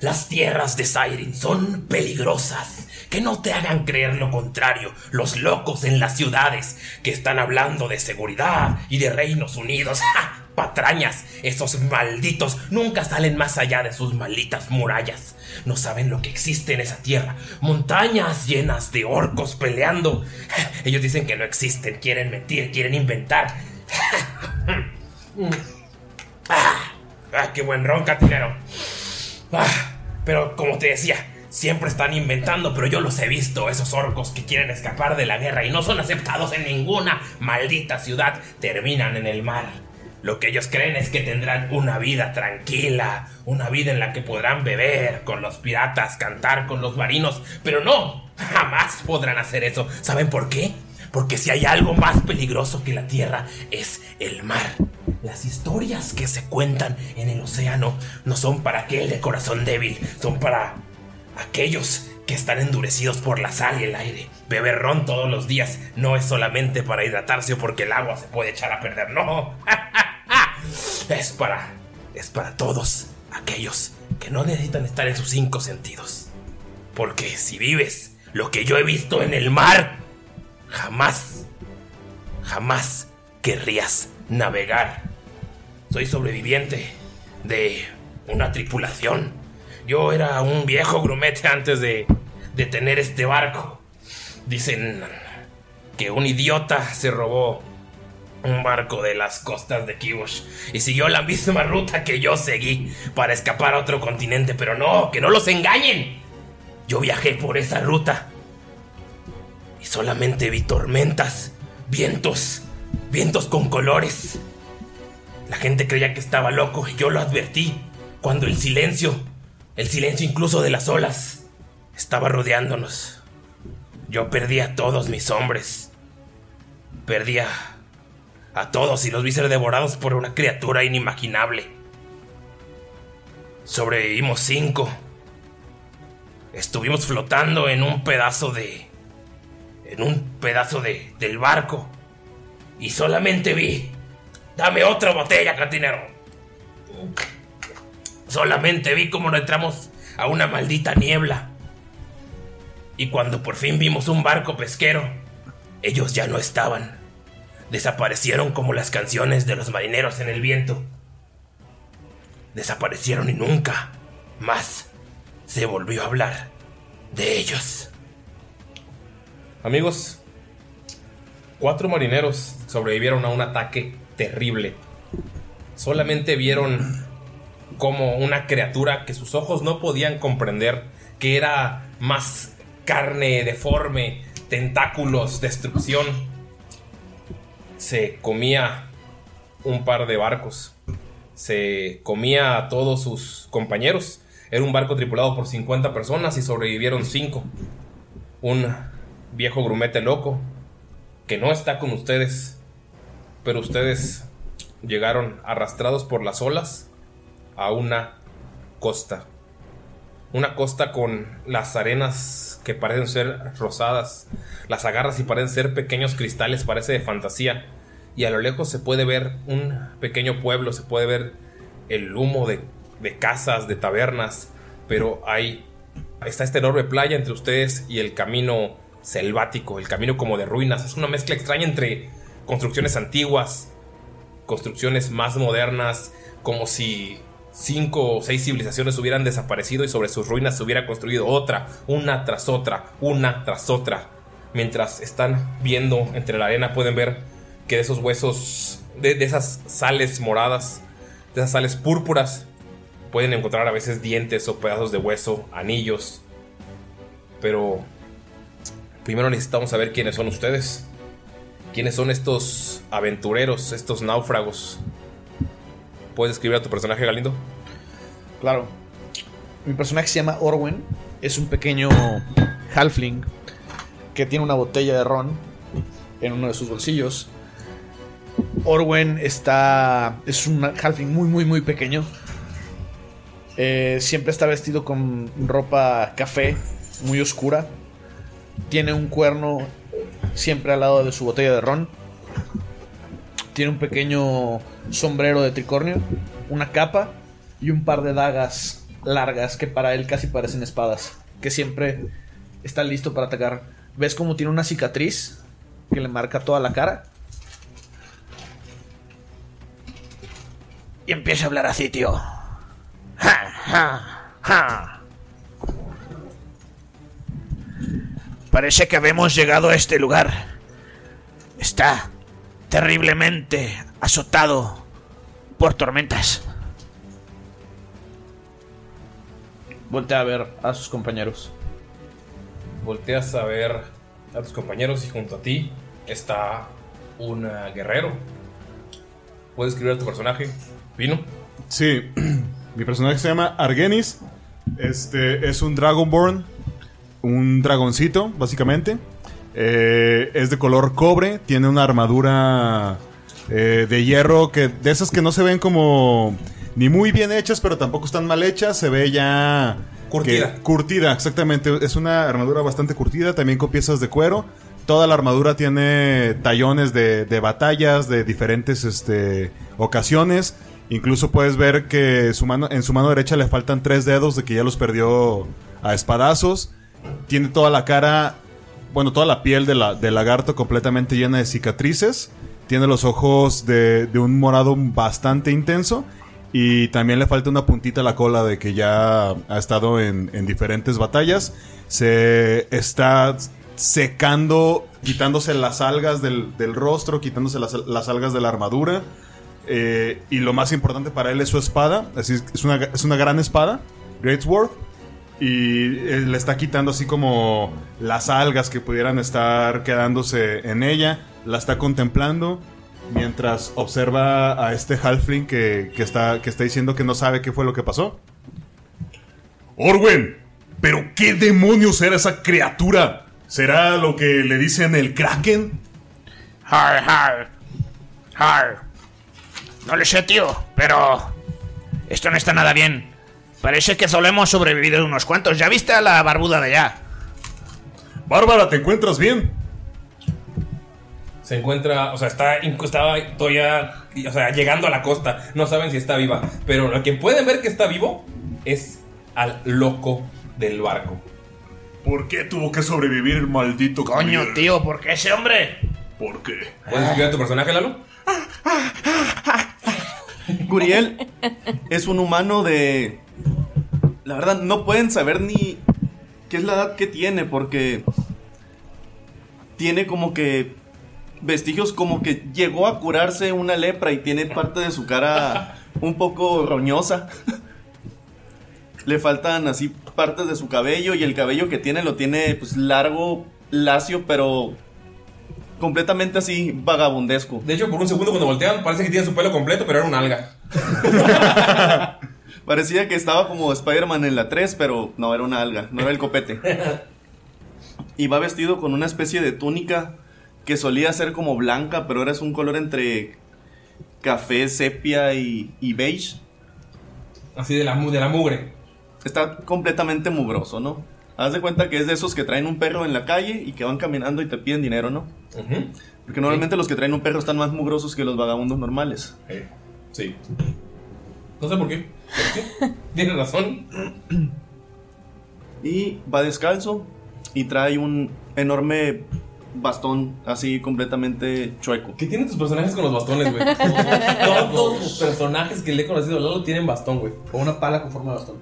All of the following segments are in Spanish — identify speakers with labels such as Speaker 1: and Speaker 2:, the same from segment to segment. Speaker 1: Las tierras de Siren son peligrosas. Que no te hagan creer lo contrario los locos en las ciudades que están hablando de seguridad y de Reinos Unidos. ¡Ja! Patrañas, esos malditos nunca salen más allá de sus malditas murallas. No saben lo que existe en esa tierra. Montañas llenas de orcos peleando. ¡Ja! Ellos dicen que no existen, quieren mentir, quieren inventar. ¡Ja! ¡Ah! ¡Ah, qué buen ron, cantinero! Ah, pero como te decía, siempre están inventando, pero yo los he visto, esos orcos que quieren escapar de la guerra y no son aceptados en ninguna maldita ciudad, terminan en el mar. Lo que ellos creen es que tendrán una vida tranquila, una vida en la que podrán beber con los piratas, cantar con los marinos, pero no, jamás podrán hacer eso. ¿Saben por qué? Porque si hay algo más peligroso que la tierra es el mar. Las historias que se cuentan en el océano no son para aquel de corazón débil, son para aquellos que están endurecidos por la sal y el aire. Beber ron todos los días no es solamente para hidratarse o porque el agua se puede echar a perder, no. es para es para todos aquellos que no necesitan estar en sus cinco sentidos. Porque si vives lo que yo he visto en el mar, jamás, jamás querrías navegar. Soy sobreviviente de una tripulación. Yo era un viejo grumete antes de, de tener este barco. Dicen que un idiota se robó un barco de las costas de Kibosh y siguió la misma ruta que yo seguí para escapar a otro continente, pero no, que no los engañen. Yo viajé por esa ruta y solamente vi tormentas, vientos, vientos con colores. La gente creía que estaba loco y yo lo advertí cuando el silencio, el silencio incluso de las olas, estaba rodeándonos. Yo perdí a todos mis hombres. Perdí a, a todos y los vi ser devorados por una criatura inimaginable. Sobrevivimos cinco. Estuvimos flotando en un pedazo de... en un pedazo de, del barco y solamente vi. Dame otra botella, cantinero. Solamente vi cómo nos entramos a una maldita niebla. Y cuando por fin vimos un barco pesquero, ellos ya no estaban. Desaparecieron como las canciones de los marineros en el viento. Desaparecieron y nunca más se volvió a hablar de ellos.
Speaker 2: Amigos, Cuatro marineros sobrevivieron a un ataque terrible. Solamente vieron como una criatura que sus ojos no podían comprender, que era más carne deforme, tentáculos, destrucción, se comía un par de barcos, se comía a todos sus compañeros. Era un barco tripulado por 50 personas y sobrevivieron 5. Un viejo grumete loco, que no está con ustedes, pero ustedes llegaron arrastrados por las olas a una costa. Una costa con las arenas que parecen ser rosadas, las agarras y parecen ser pequeños cristales, parece de fantasía. Y a lo lejos se puede ver un pequeño pueblo, se puede ver el humo de, de casas, de tabernas, pero hay... Está esta enorme playa entre ustedes y el camino selvático, el camino como de ruinas. Es una mezcla extraña entre construcciones antiguas, construcciones más modernas, como si cinco o seis civilizaciones hubieran desaparecido y sobre sus ruinas se hubiera construido otra, una tras otra, una tras otra. Mientras están viendo entre la arena pueden ver que de esos huesos, de, de esas sales moradas, de esas sales púrpuras, pueden encontrar a veces dientes o pedazos de hueso, anillos. Pero primero necesitamos saber quiénes son ustedes. ¿Quiénes son estos aventureros, estos náufragos? ¿Puedes describir a tu personaje, Galindo?
Speaker 3: Claro. Mi personaje se llama Orwen. Es un pequeño halfling que tiene una botella de ron en uno de sus bolsillos. Orwen está. es un halfling muy, muy, muy pequeño. Eh, siempre está vestido con ropa café, muy oscura. Tiene un cuerno siempre al lado de su botella de ron. Tiene un pequeño sombrero de tricornio, una capa y un par de dagas largas que para él casi parecen espadas. Que siempre está listo para atacar. ¿Ves cómo tiene una cicatriz que le marca toda la cara? Y empieza a hablar así, tío. Ja, ja, ja.
Speaker 4: Parece que habemos llegado a este lugar. Está terriblemente azotado por tormentas.
Speaker 3: Voltea a ver a sus compañeros.
Speaker 2: Volteas a ver a tus compañeros y junto a ti está un eh, guerrero. ¿Puedes escribir a tu personaje? ¿Vino?
Speaker 5: Sí, mi personaje se llama Argenis. Este es un Dragonborn, un dragoncito, básicamente. Eh, es de color cobre, tiene una armadura eh, de hierro que de esas que no se ven como ni muy bien hechas, pero tampoco están mal hechas. Se ve ya que-
Speaker 2: Curtida.
Speaker 5: curtida, exactamente. Es una armadura bastante curtida, también con piezas de cuero. Toda la armadura tiene tallones de, de batallas, de diferentes este, ocasiones. Incluso puedes ver que su mano, en su mano derecha le faltan tres dedos de que ya los perdió a espadazos. Tiene toda la cara, bueno, toda la piel de la- del lagarto completamente llena de cicatrices. Tiene los ojos de, de un morado bastante intenso. Y también le falta una puntita a la cola de que ya ha estado en, en diferentes batallas. Se está secando, quitándose las algas del, del rostro, quitándose las, las algas de la armadura. Eh, y lo más importante para él es su espada. Así es, es una, es una gran espada, Greatsword. Y eh, le está quitando así como las algas que pudieran estar quedándose en ella. La está contemplando mientras observa a este Halfling que, que está, que está diciendo que no sabe qué fue lo que pasó. Orwen, ¿pero qué demonios era esa criatura? ¿Será lo que le dicen el Kraken?
Speaker 4: Har, har. Har. No lo sé, tío, pero. Esto no está nada bien. Parece que solo hemos sobrevivido unos cuantos. ¿Ya viste a la barbuda de allá?
Speaker 5: Bárbara, ¿te encuentras bien?
Speaker 2: Se encuentra, o sea, está, inc- estaba todavía, o sea, llegando a la costa. No saben si está viva. Pero lo que pueden ver que está vivo es al loco del barco.
Speaker 5: ¿Por qué tuvo que sobrevivir el maldito
Speaker 4: Coño, tío, ¿por qué ese hombre?
Speaker 5: ¿Por qué?
Speaker 2: ¿Puedes escribir a tu personaje, Lalo?
Speaker 6: Guriel es un humano de... La verdad, no pueden saber ni qué es la edad que tiene, porque tiene como que vestigios como que llegó a curarse una lepra y tiene parte de su cara un poco roñosa. Le faltan así partes de su cabello y el cabello que tiene lo tiene pues largo, lacio, pero completamente así vagabundesco.
Speaker 2: De hecho, por un segundo cuando voltean, parece que tiene su pelo completo, pero era un alga.
Speaker 6: Parecía que estaba como Spider-Man en la 3, pero no, era una alga, no era el copete. Y va vestido con una especie de túnica que solía ser como blanca, pero ahora es un color entre café, sepia y, y beige.
Speaker 2: Así de la, mu- de la mugre.
Speaker 6: Está completamente mugroso, ¿no? Haz de cuenta que es de esos que traen un perro en la calle y que van caminando y te piden dinero, ¿no?
Speaker 2: Ujú.
Speaker 6: Porque normalmente los que traen un perro están más mugrosos que los vagabundos normales.
Speaker 2: Eh, sí. No sé por qué. pero sí. Tienes razón.
Speaker 6: Y va descalzo y trae un enorme bastón así completamente chueco.
Speaker 2: ¿Qué tienen tus personajes con los bastones, güey? Todos los personajes que le he conocido a Lalo tienen bastón, güey.
Speaker 3: O una pala con forma de bastón.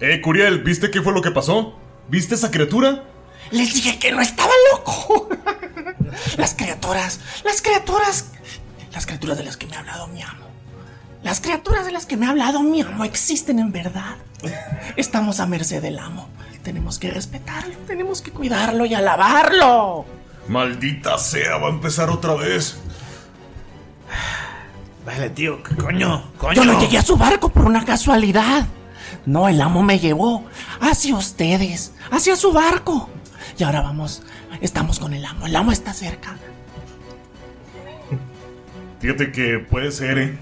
Speaker 5: Eh, Curiel, ¿viste qué fue lo que pasó? ¿Viste esa criatura?
Speaker 4: Les dije que no estaba loco.
Speaker 7: Las criaturas, las criaturas, las criaturas de las que me ha hablado mi amo. Las criaturas de las que me ha hablado mi amo existen en verdad. Estamos a merced del amo. Tenemos que respetarlo, tenemos que cuidarlo y alabarlo.
Speaker 5: Maldita sea, va a empezar otra vez.
Speaker 7: Vale, tío,
Speaker 4: Coño, coño.
Speaker 7: Yo no llegué a su barco por una casualidad. No, el amo me llevó hacia ustedes, hacia su barco. Y ahora vamos, estamos con el amo. El amo está cerca.
Speaker 5: Fíjate que puede ser, ¿eh?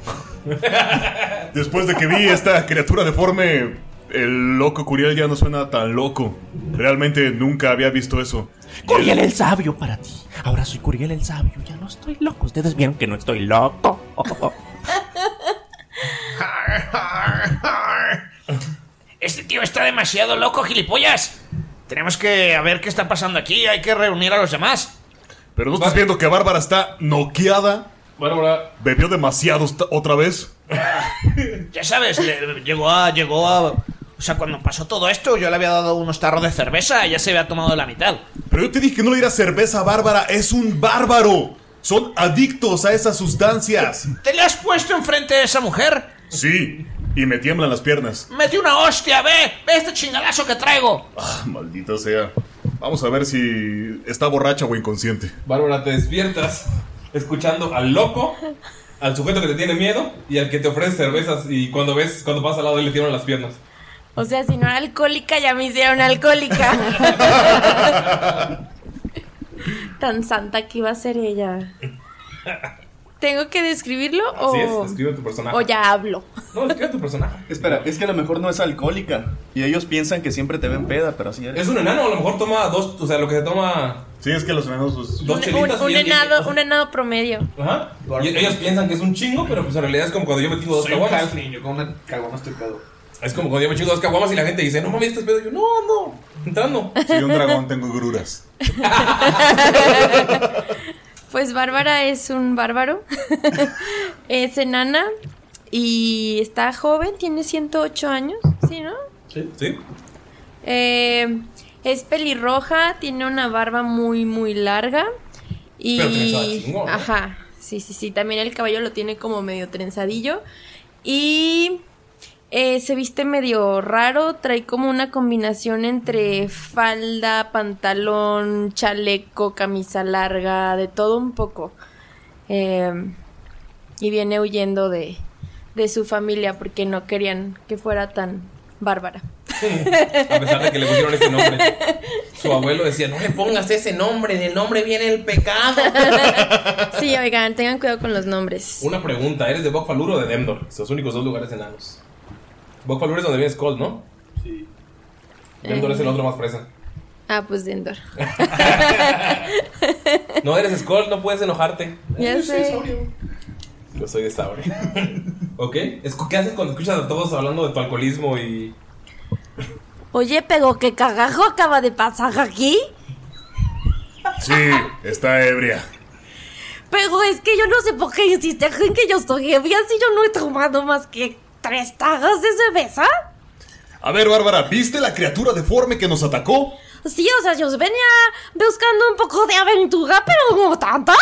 Speaker 5: Después de que vi esta criatura deforme, el loco Curiel ya no suena tan loco. Realmente nunca había visto eso.
Speaker 7: Curiel el sabio para ti. Ahora soy Curiel el sabio. Ya no estoy loco. Ustedes vieron que no estoy loco.
Speaker 4: Este tío está demasiado loco, gilipollas. Tenemos que a ver qué está pasando aquí. Hay que reunir a los demás.
Speaker 5: Pero no estás viendo que Bárbara está noqueada.
Speaker 2: Bárbara.
Speaker 5: Bebió demasiado esta- otra vez.
Speaker 4: Ya sabes, le- llegó a. llegó a. O sea, cuando pasó todo esto, yo le había dado unos tarros de cerveza y ya se había tomado la mitad.
Speaker 5: Pero yo te dije que no le diera cerveza a Bárbara. Es un bárbaro. Son adictos a esas sustancias.
Speaker 4: ¿Te le has puesto enfrente de esa mujer?
Speaker 5: Sí, y me tiemblan las piernas.
Speaker 4: ¡Metí una hostia! ¡Ve! ¡Ve este chingadazo que traigo!
Speaker 5: Ah, maldita sea. Vamos a ver si está borracha o inconsciente.
Speaker 2: Bárbara, te despiertas escuchando al loco, al sujeto que te tiene miedo y al que te ofrece cervezas. Y cuando ves, cuando pasas al lado, él le tiran las piernas.
Speaker 8: O sea, si no era alcohólica, ya me hicieron alcohólica. Tan santa que iba a ser ella. ¿Tengo que describirlo
Speaker 6: Así
Speaker 8: o,
Speaker 6: es, describe tu personaje.
Speaker 8: o ya hablo?
Speaker 2: No, es que tu personaje.
Speaker 6: Espera, es que a lo mejor no es alcohólica. Y ellos piensan que siempre te ven peda, pero así
Speaker 2: Es un enano, a lo mejor toma dos, o sea, lo que se toma.
Speaker 5: Sí, es que los enanos, pues.
Speaker 2: Dos
Speaker 8: Un,
Speaker 2: chelitas.
Speaker 8: un
Speaker 2: y- y-
Speaker 8: enado, un enado promedio.
Speaker 2: Ajá. Y ellos piensan que es un chingo, pero pues en realidad es como cuando yo me chingo dos
Speaker 3: Soy un
Speaker 2: caguamas.
Speaker 3: halfling, yo con una caguama estoy pedo.
Speaker 2: Es como cuando yo me chingo dos caguamas y la gente dice, no mames, estás pedo. Yo, no, no, entrando.
Speaker 5: Soy un dragón, tengo gruras.
Speaker 8: Pues Bárbara es un bárbaro. es enana y está joven, tiene 108 años, ¿sí, no?
Speaker 2: Sí. Sí.
Speaker 8: Eh, es pelirroja, tiene una barba muy, muy larga. Y. Ah.
Speaker 2: Pero trenzada chingón, ¿no?
Speaker 8: Ajá. Sí, sí, sí. También el caballo lo tiene como medio trenzadillo. Y. eh, se viste medio raro. Trae como una combinación entre falda, pantalón, chaleco, camisa larga, de todo un poco. Eh, y viene huyendo de, de su familia porque no querían que fuera tan bárbara.
Speaker 2: A pesar de que le pusieron ese nombre. Su abuelo decía, no le pongas ese nombre, del nombre viene el pecado.
Speaker 8: Sí, oigan, tengan cuidado con los nombres.
Speaker 2: Una pregunta, ¿eres de Bokfalur o de Demdor? Los únicos dos lugares enanos. Bokfalur es donde viene Skull, ¿no? Sí. Demdor es el otro más fresa.
Speaker 8: Ah, pues Dendor.
Speaker 2: No eres Skull, no puedes enojarte.
Speaker 8: Ya sé.
Speaker 2: Yo soy de Sabre. ¿Ok? Escu- ¿Qué haces cuando escuchas a todos hablando de tu alcoholismo y.
Speaker 8: Oye, pero qué cagajo acaba de pasar aquí.
Speaker 5: Sí, está ebria.
Speaker 8: Pero es que yo no sé por qué hiciste creen que yo estoy ebria si yo no he tomado más que tres tagas de cerveza.
Speaker 5: A ver, Bárbara, ¿viste la criatura deforme que nos atacó?
Speaker 8: Sí, o sea, yo venía buscando un poco de aventura, pero no tanta.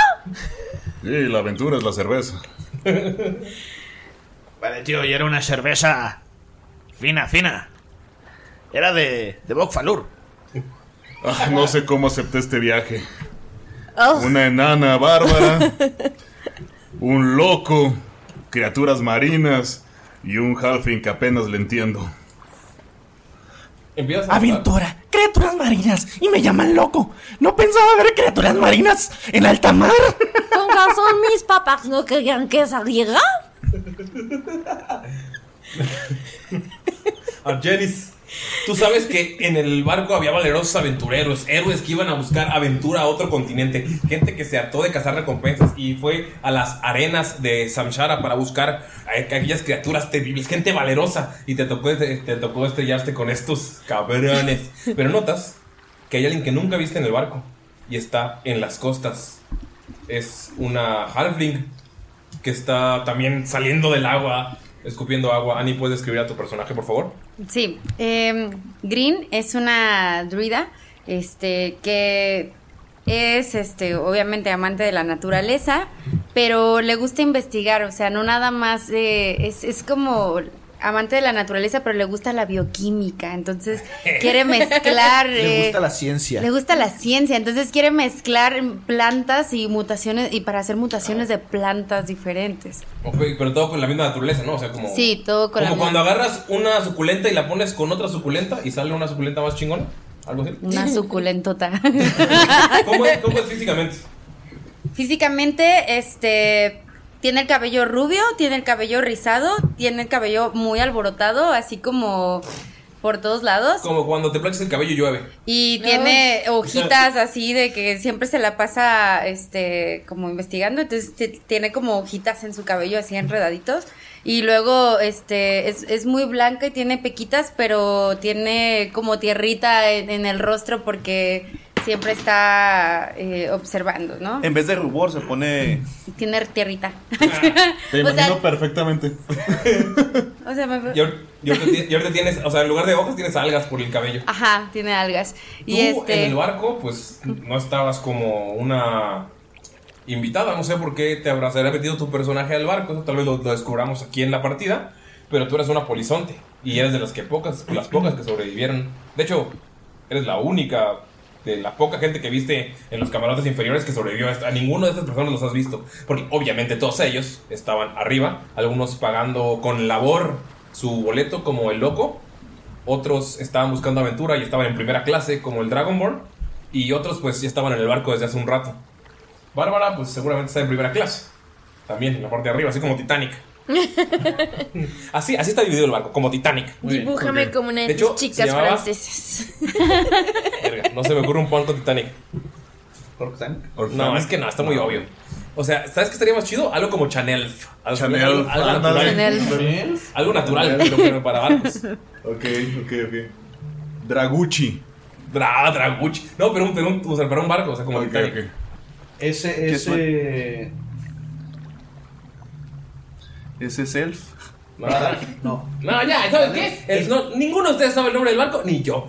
Speaker 5: Sí, la aventura es la cerveza.
Speaker 4: Vale, tío, y era una cerveza. fina, fina. Era de. de Bokfalur.
Speaker 5: Ah, no sé cómo acepté este viaje.
Speaker 8: Oh.
Speaker 5: Una enana bárbara, un loco, criaturas marinas y un halfling que apenas le entiendo.
Speaker 2: Empiezas a.
Speaker 7: Aventura, criaturas marinas. Y me llaman loco. No pensaba ver criaturas marinas en alta mar.
Speaker 8: Con razón mis papás no querían que saliera.
Speaker 2: Argenis. Tú sabes que en el barco había valerosos aventureros, héroes que iban a buscar aventura a otro continente, gente que se hartó de cazar recompensas y fue a las arenas de Samshara para buscar a aquellas criaturas terribles, gente valerosa. Y te tocó, este, te tocó estrellarte con estos cabrones. Pero notas que hay alguien que nunca viste en el barco y está en las costas. Es una halfling que está también saliendo del agua, escupiendo agua. Ani, ¿puedes describir a tu personaje, por favor?
Speaker 9: Sí, em, eh, Green es una druida este, que Es, este, obviamente amante de la naturaleza, pero le gusta investigar, o sea, no nada más, eh, es, es como amante de la naturaleza, pero le gusta la bioquímica, entonces quiere mezclar...
Speaker 3: Le
Speaker 9: eh,
Speaker 3: gusta la ciencia.
Speaker 9: le gusta la ciencia, entonces quiere mezclar plantas y mutaciones, y para hacer mutaciones de plantas diferentes.
Speaker 2: Ok, pero todo con la misma naturaleza, ¿no? O sea, como.
Speaker 9: Sí, todo con la
Speaker 2: Como
Speaker 9: misma-
Speaker 2: cuando agarras una suculenta y la pones con otra suculenta y sale una suculenta más chingona. Algo así.
Speaker 9: Una suculentota.
Speaker 2: ¿Cómo es, cómo es físicamente?
Speaker 9: Físicamente, este tiene el cabello rubio, tiene el cabello rizado, tiene el cabello muy alborotado, así como por todos lados.
Speaker 2: Como cuando te planchas el cabello y llueve.
Speaker 9: Y tiene hojitas así de que siempre se la pasa este como investigando, entonces t- tiene como hojitas en su cabello así enredaditos. Y luego este es, es muy blanca y tiene pequitas, pero tiene como tierrita en, en el rostro porque siempre está eh, observando, ¿no?
Speaker 6: En vez de rubor se pone.
Speaker 9: Tiene tierrita.
Speaker 2: Te
Speaker 8: Pues
Speaker 9: O sea- imagino
Speaker 2: perfectamente.
Speaker 9: O sea, me-
Speaker 2: Y ahor- y ahorita, ti- y ahorita tienes, o sea, en lugar de hojas tienes algas por el cabello.
Speaker 9: Ajá, tiene algas. Y
Speaker 2: Tú
Speaker 9: este.
Speaker 2: en el barco, pues no estabas como una invitada. No sé por qué te habrás habrá metido tu personaje al barco. Eso tal vez lo, lo descubramos aquí en la partida. Pero tú eras una polizonte y eres de las que pocas, las pocas que sobrevivieron. De hecho, eres la única de la poca gente que viste en los camarotes inferiores que sobrevivió. a esta- A ninguno de estas personas los has visto. Porque obviamente todos ellos estaban arriba, algunos pagando con labor su boleto como el loco, otros estaban buscando aventura y estaban en primera clase como el Dragonborn, y otros pues ya estaban en el barco desde hace un rato. Bárbara pues seguramente está en primera clase, también en la parte de arriba, así como Titanic. Así, así está dividido el barco, como Titanic.
Speaker 8: Dibújame como una de,
Speaker 2: De hecho,
Speaker 8: tus
Speaker 2: se
Speaker 8: chicas
Speaker 2: llamaba-
Speaker 8: francesas.
Speaker 2: Verga, no se me ocurre un pan con Titanic. No, es que no, está muy obvio. O sea, ¿sabes qué estaría más chido? Algo como Chanel. Algo,
Speaker 5: Chanel,
Speaker 2: algo, algo
Speaker 5: ándale.
Speaker 2: natural.
Speaker 5: Chanel.
Speaker 2: Algo natural, pero, pero para barcos.
Speaker 5: Ok, ok, ok. Draguchi.
Speaker 2: Dra, Draguchi. No, pero un, pero un- o sea, para un barco, o sea, como Titanic.
Speaker 3: Ese,
Speaker 2: ¿Qué
Speaker 3: ese.
Speaker 6: Ese self.
Speaker 3: No.
Speaker 2: No, ya, ¿sabes qué? El- no, ninguno de ustedes sabe el nombre del barco, ni yo.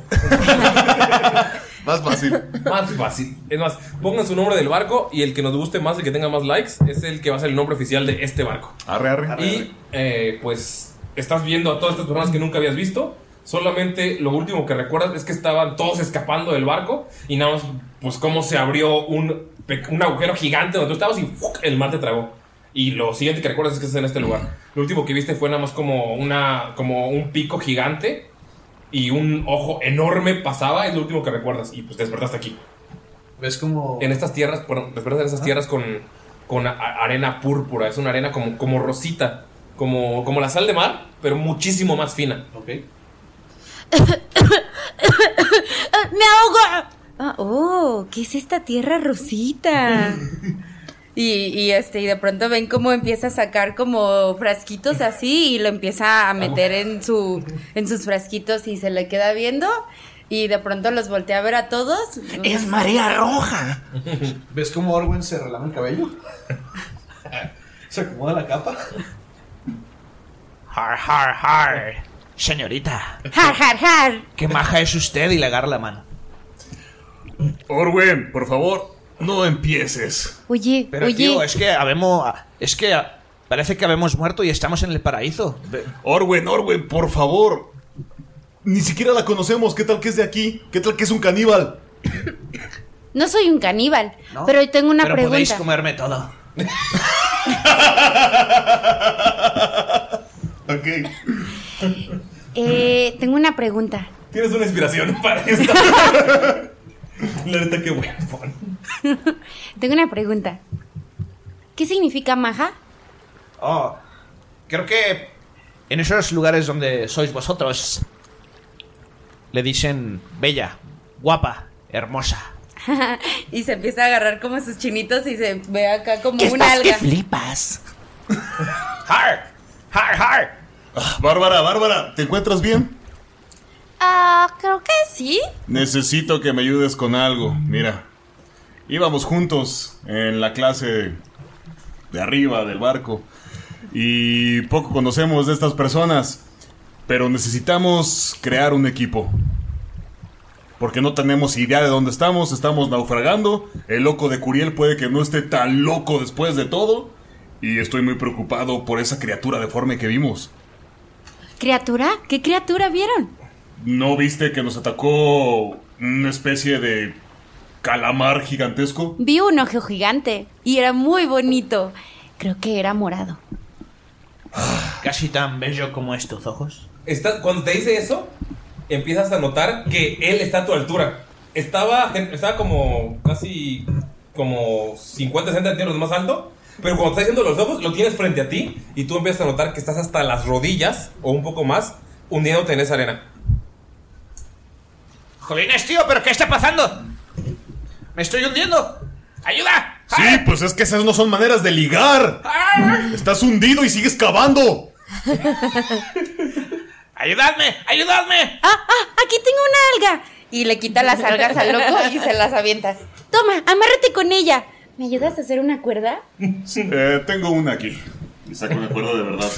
Speaker 6: más fácil.
Speaker 2: Más fácil. Es más, pongan su nombre del barco y el que nos guste más, el que tenga más likes, es el que va a ser el nombre oficial de este barco.
Speaker 5: Arre, arre.
Speaker 2: Y eh, pues estás viendo a todas estas personas que nunca habías visto. Solamente lo último que recuerdas es que estaban todos escapando del barco y nada más, pues cómo se abrió un, pe- un agujero gigante donde tú estabas y ¡fuc! el mar te tragó. Y lo siguiente que recuerdas es que estás en este lugar. Lo último que viste fue nada más como, una, como un pico gigante y un ojo enorme pasaba. Es lo último que recuerdas y pues despertaste aquí.
Speaker 3: ¿Ves como.?
Speaker 2: En estas tierras, perdón, despertas en estas tierras con, con a- arena púrpura. Es una arena como, como rosita, como, como la sal de mar, pero muchísimo más fina.
Speaker 9: ¡Ah, ¡Me ahogo! Ah, oh, ¿qué es esta tierra rosita? Y, y, este, y de pronto ven cómo empieza a sacar como frasquitos así y lo empieza a meter en su en sus frasquitos y se le queda viendo y de pronto los voltea a ver a todos.
Speaker 7: Es marea roja.
Speaker 3: ¿Ves cómo Orwen se relama el cabello? se acomoda la capa.
Speaker 4: Har, har, har. Señorita,
Speaker 9: Jar, jar, jar.
Speaker 4: qué maja es usted y le agarra la mano.
Speaker 5: Orwen, por favor, no empieces.
Speaker 9: Oye,
Speaker 4: Pero
Speaker 9: oye.
Speaker 4: tío, es que habemos. Es que ah, parece que habemos muerto y estamos en el paraíso.
Speaker 5: Orwen, Orwen, por favor. Ni siquiera la conocemos. ¿Qué tal que es de aquí? ¿Qué tal que es un caníbal?
Speaker 9: No soy un caníbal, pero tengo una
Speaker 4: Pero podéis
Speaker 9: pregunta.
Speaker 4: comerme todo.
Speaker 5: Ok.
Speaker 9: Eh, tengo una pregunta.
Speaker 2: Tienes una inspiración para esto. La neta, qué bueno.
Speaker 9: Tengo una pregunta. ¿Qué significa maja?
Speaker 4: Oh, creo que en esos lugares donde sois vosotros le dicen bella, guapa, hermosa.
Speaker 9: y se empieza a agarrar como sus chinitos y se ve acá como
Speaker 7: ¿Qué
Speaker 9: una
Speaker 7: estás que
Speaker 9: alga.
Speaker 7: flipas?
Speaker 4: ¡Har! ¡Har, har!
Speaker 5: Ah, Bárbara, Bárbara, ¿te encuentras bien?
Speaker 9: Ah, creo que sí.
Speaker 5: Necesito que me ayudes con algo. Mira, íbamos juntos en la clase de arriba del barco y poco conocemos de estas personas, pero necesitamos crear un equipo. porque no tenemos idea de dónde estamos, estamos naufragando. El loco de Curiel puede que no esté tan loco después de todo. Y estoy muy preocupado por esa criatura deforme que vimos.
Speaker 9: ¿Criatura? ¿Qué criatura vieron?
Speaker 5: ¿No viste que nos atacó una especie de calamar gigantesco?
Speaker 9: Vi un ojo gigante y era muy bonito. Creo que era morado.
Speaker 4: Casi tan bello como estos ojos.
Speaker 2: Está- cuando te dice eso, empiezas a notar que él está a tu altura. Estaba, estaba como casi como 50 centímetros más alto, pero cuando estás haciendo los ojos, lo tienes frente a ti y tú empiezas a notar que estás hasta las rodillas o un poco más hundiéndote en esa arena.
Speaker 4: Jolines, tío, ¿pero qué está pasando? ¡Me estoy hundiendo! ¡Ayuda!
Speaker 5: Sí, pues es que esas no son maneras de ligar. Estás hundido y sigues cavando.
Speaker 4: ¡Ayudadme! ¡Ayudadme!
Speaker 9: ¡Ah, ah! ¡Aquí tengo una alga! Y le quita las algas al loco y se las avienta. Toma, amárrate con ella. ¿Me ayudas a hacer una cuerda?
Speaker 5: Eh, tengo una aquí. Y saco una cuerda de verdad.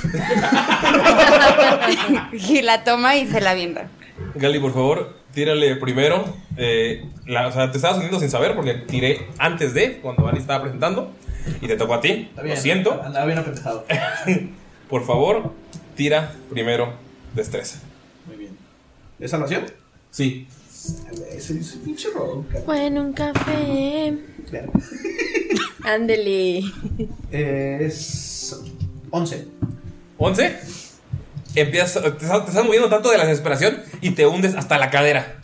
Speaker 9: y la toma y se la avienta.
Speaker 2: Gali, por favor, tírale primero. eh, la- o sea, te estabas hundiendo sin saber porque tiré antes de cuando Ali estaba presentando y te tocó a ti. Lo
Speaker 3: bien.
Speaker 2: siento.
Speaker 3: Andaba bien apretado.
Speaker 2: Por favor, tira primero destreza.
Speaker 3: Muy bien. ¿Es salvación?
Speaker 2: Sí.
Speaker 3: Soy soy pinche rodo, cabrón.
Speaker 8: Bueno, un café.
Speaker 3: Claro.
Speaker 8: Ándele.
Speaker 3: Es. 11.
Speaker 2: ¿11? Empiezas, te, estás, te estás moviendo tanto de la desesperación y te hundes hasta la cadera.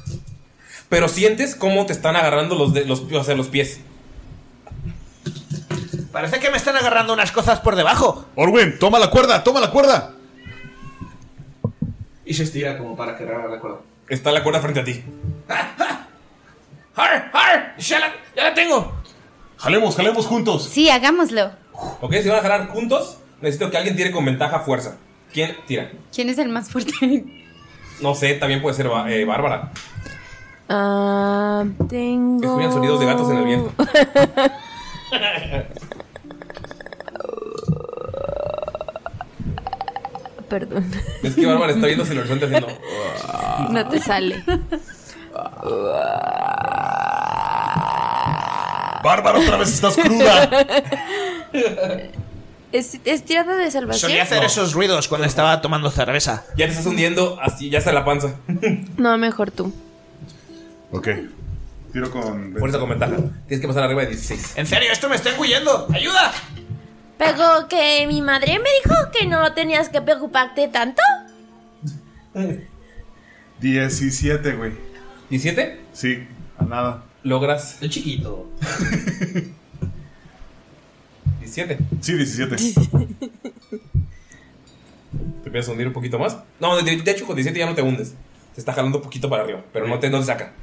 Speaker 2: Pero sientes cómo te están agarrando los, de, los, o sea, los pies.
Speaker 4: Parece que me están agarrando unas cosas por debajo.
Speaker 5: Orwin, toma la cuerda, toma la cuerda.
Speaker 3: Y se estira como para que agarrar la cuerda.
Speaker 2: Está la cuerda frente a ti.
Speaker 4: ¡Har! ¡Har! ¡Ya la, ya la tengo!
Speaker 5: Jalemos, jalemos juntos.
Speaker 9: Sí, hagámoslo.
Speaker 2: Ok, si van a jalar juntos, necesito que alguien tire con ventaja fuerza. ¿Quién tira?
Speaker 9: ¿Quién es el más fuerte?
Speaker 2: No sé, también puede ser Ba- eh, Bárbara.
Speaker 8: Ah, tengo.
Speaker 2: Escuchan sonidos de gatos en el viento.
Speaker 8: Perdón.
Speaker 2: Es que Bárbara está viendo hacia el horizonte haciendo.
Speaker 8: No te sale.
Speaker 5: Bárbara, otra vez estás cruda.
Speaker 8: ¿Es, es tirada de salvación?
Speaker 4: Solía hacer
Speaker 8: No.
Speaker 4: esos ruidos cuando estaba tomando cerveza.
Speaker 2: Ya te estás hundiendo así, ya está la panza.
Speaker 8: No, mejor tú.
Speaker 5: Ok. Tiro con.
Speaker 2: Fuerza con ventaja. Tienes que pasar arriba de 16.
Speaker 4: En serio, esto me está engullendo. ¡Ayuda!
Speaker 8: Pero que mi madre me dijo que no tenías que preocuparte tanto.
Speaker 5: 17, güey.
Speaker 2: ¿17?
Speaker 5: Sí, a nada.
Speaker 2: Logras.
Speaker 3: El chiquito.
Speaker 2: 17.
Speaker 5: Sí, 17.
Speaker 2: Te empiezas a hundir un poquito más. No, de, de hecho, con 17 ya no te hundes. Te está jalando un poquito para arriba, pero no te, no te saca.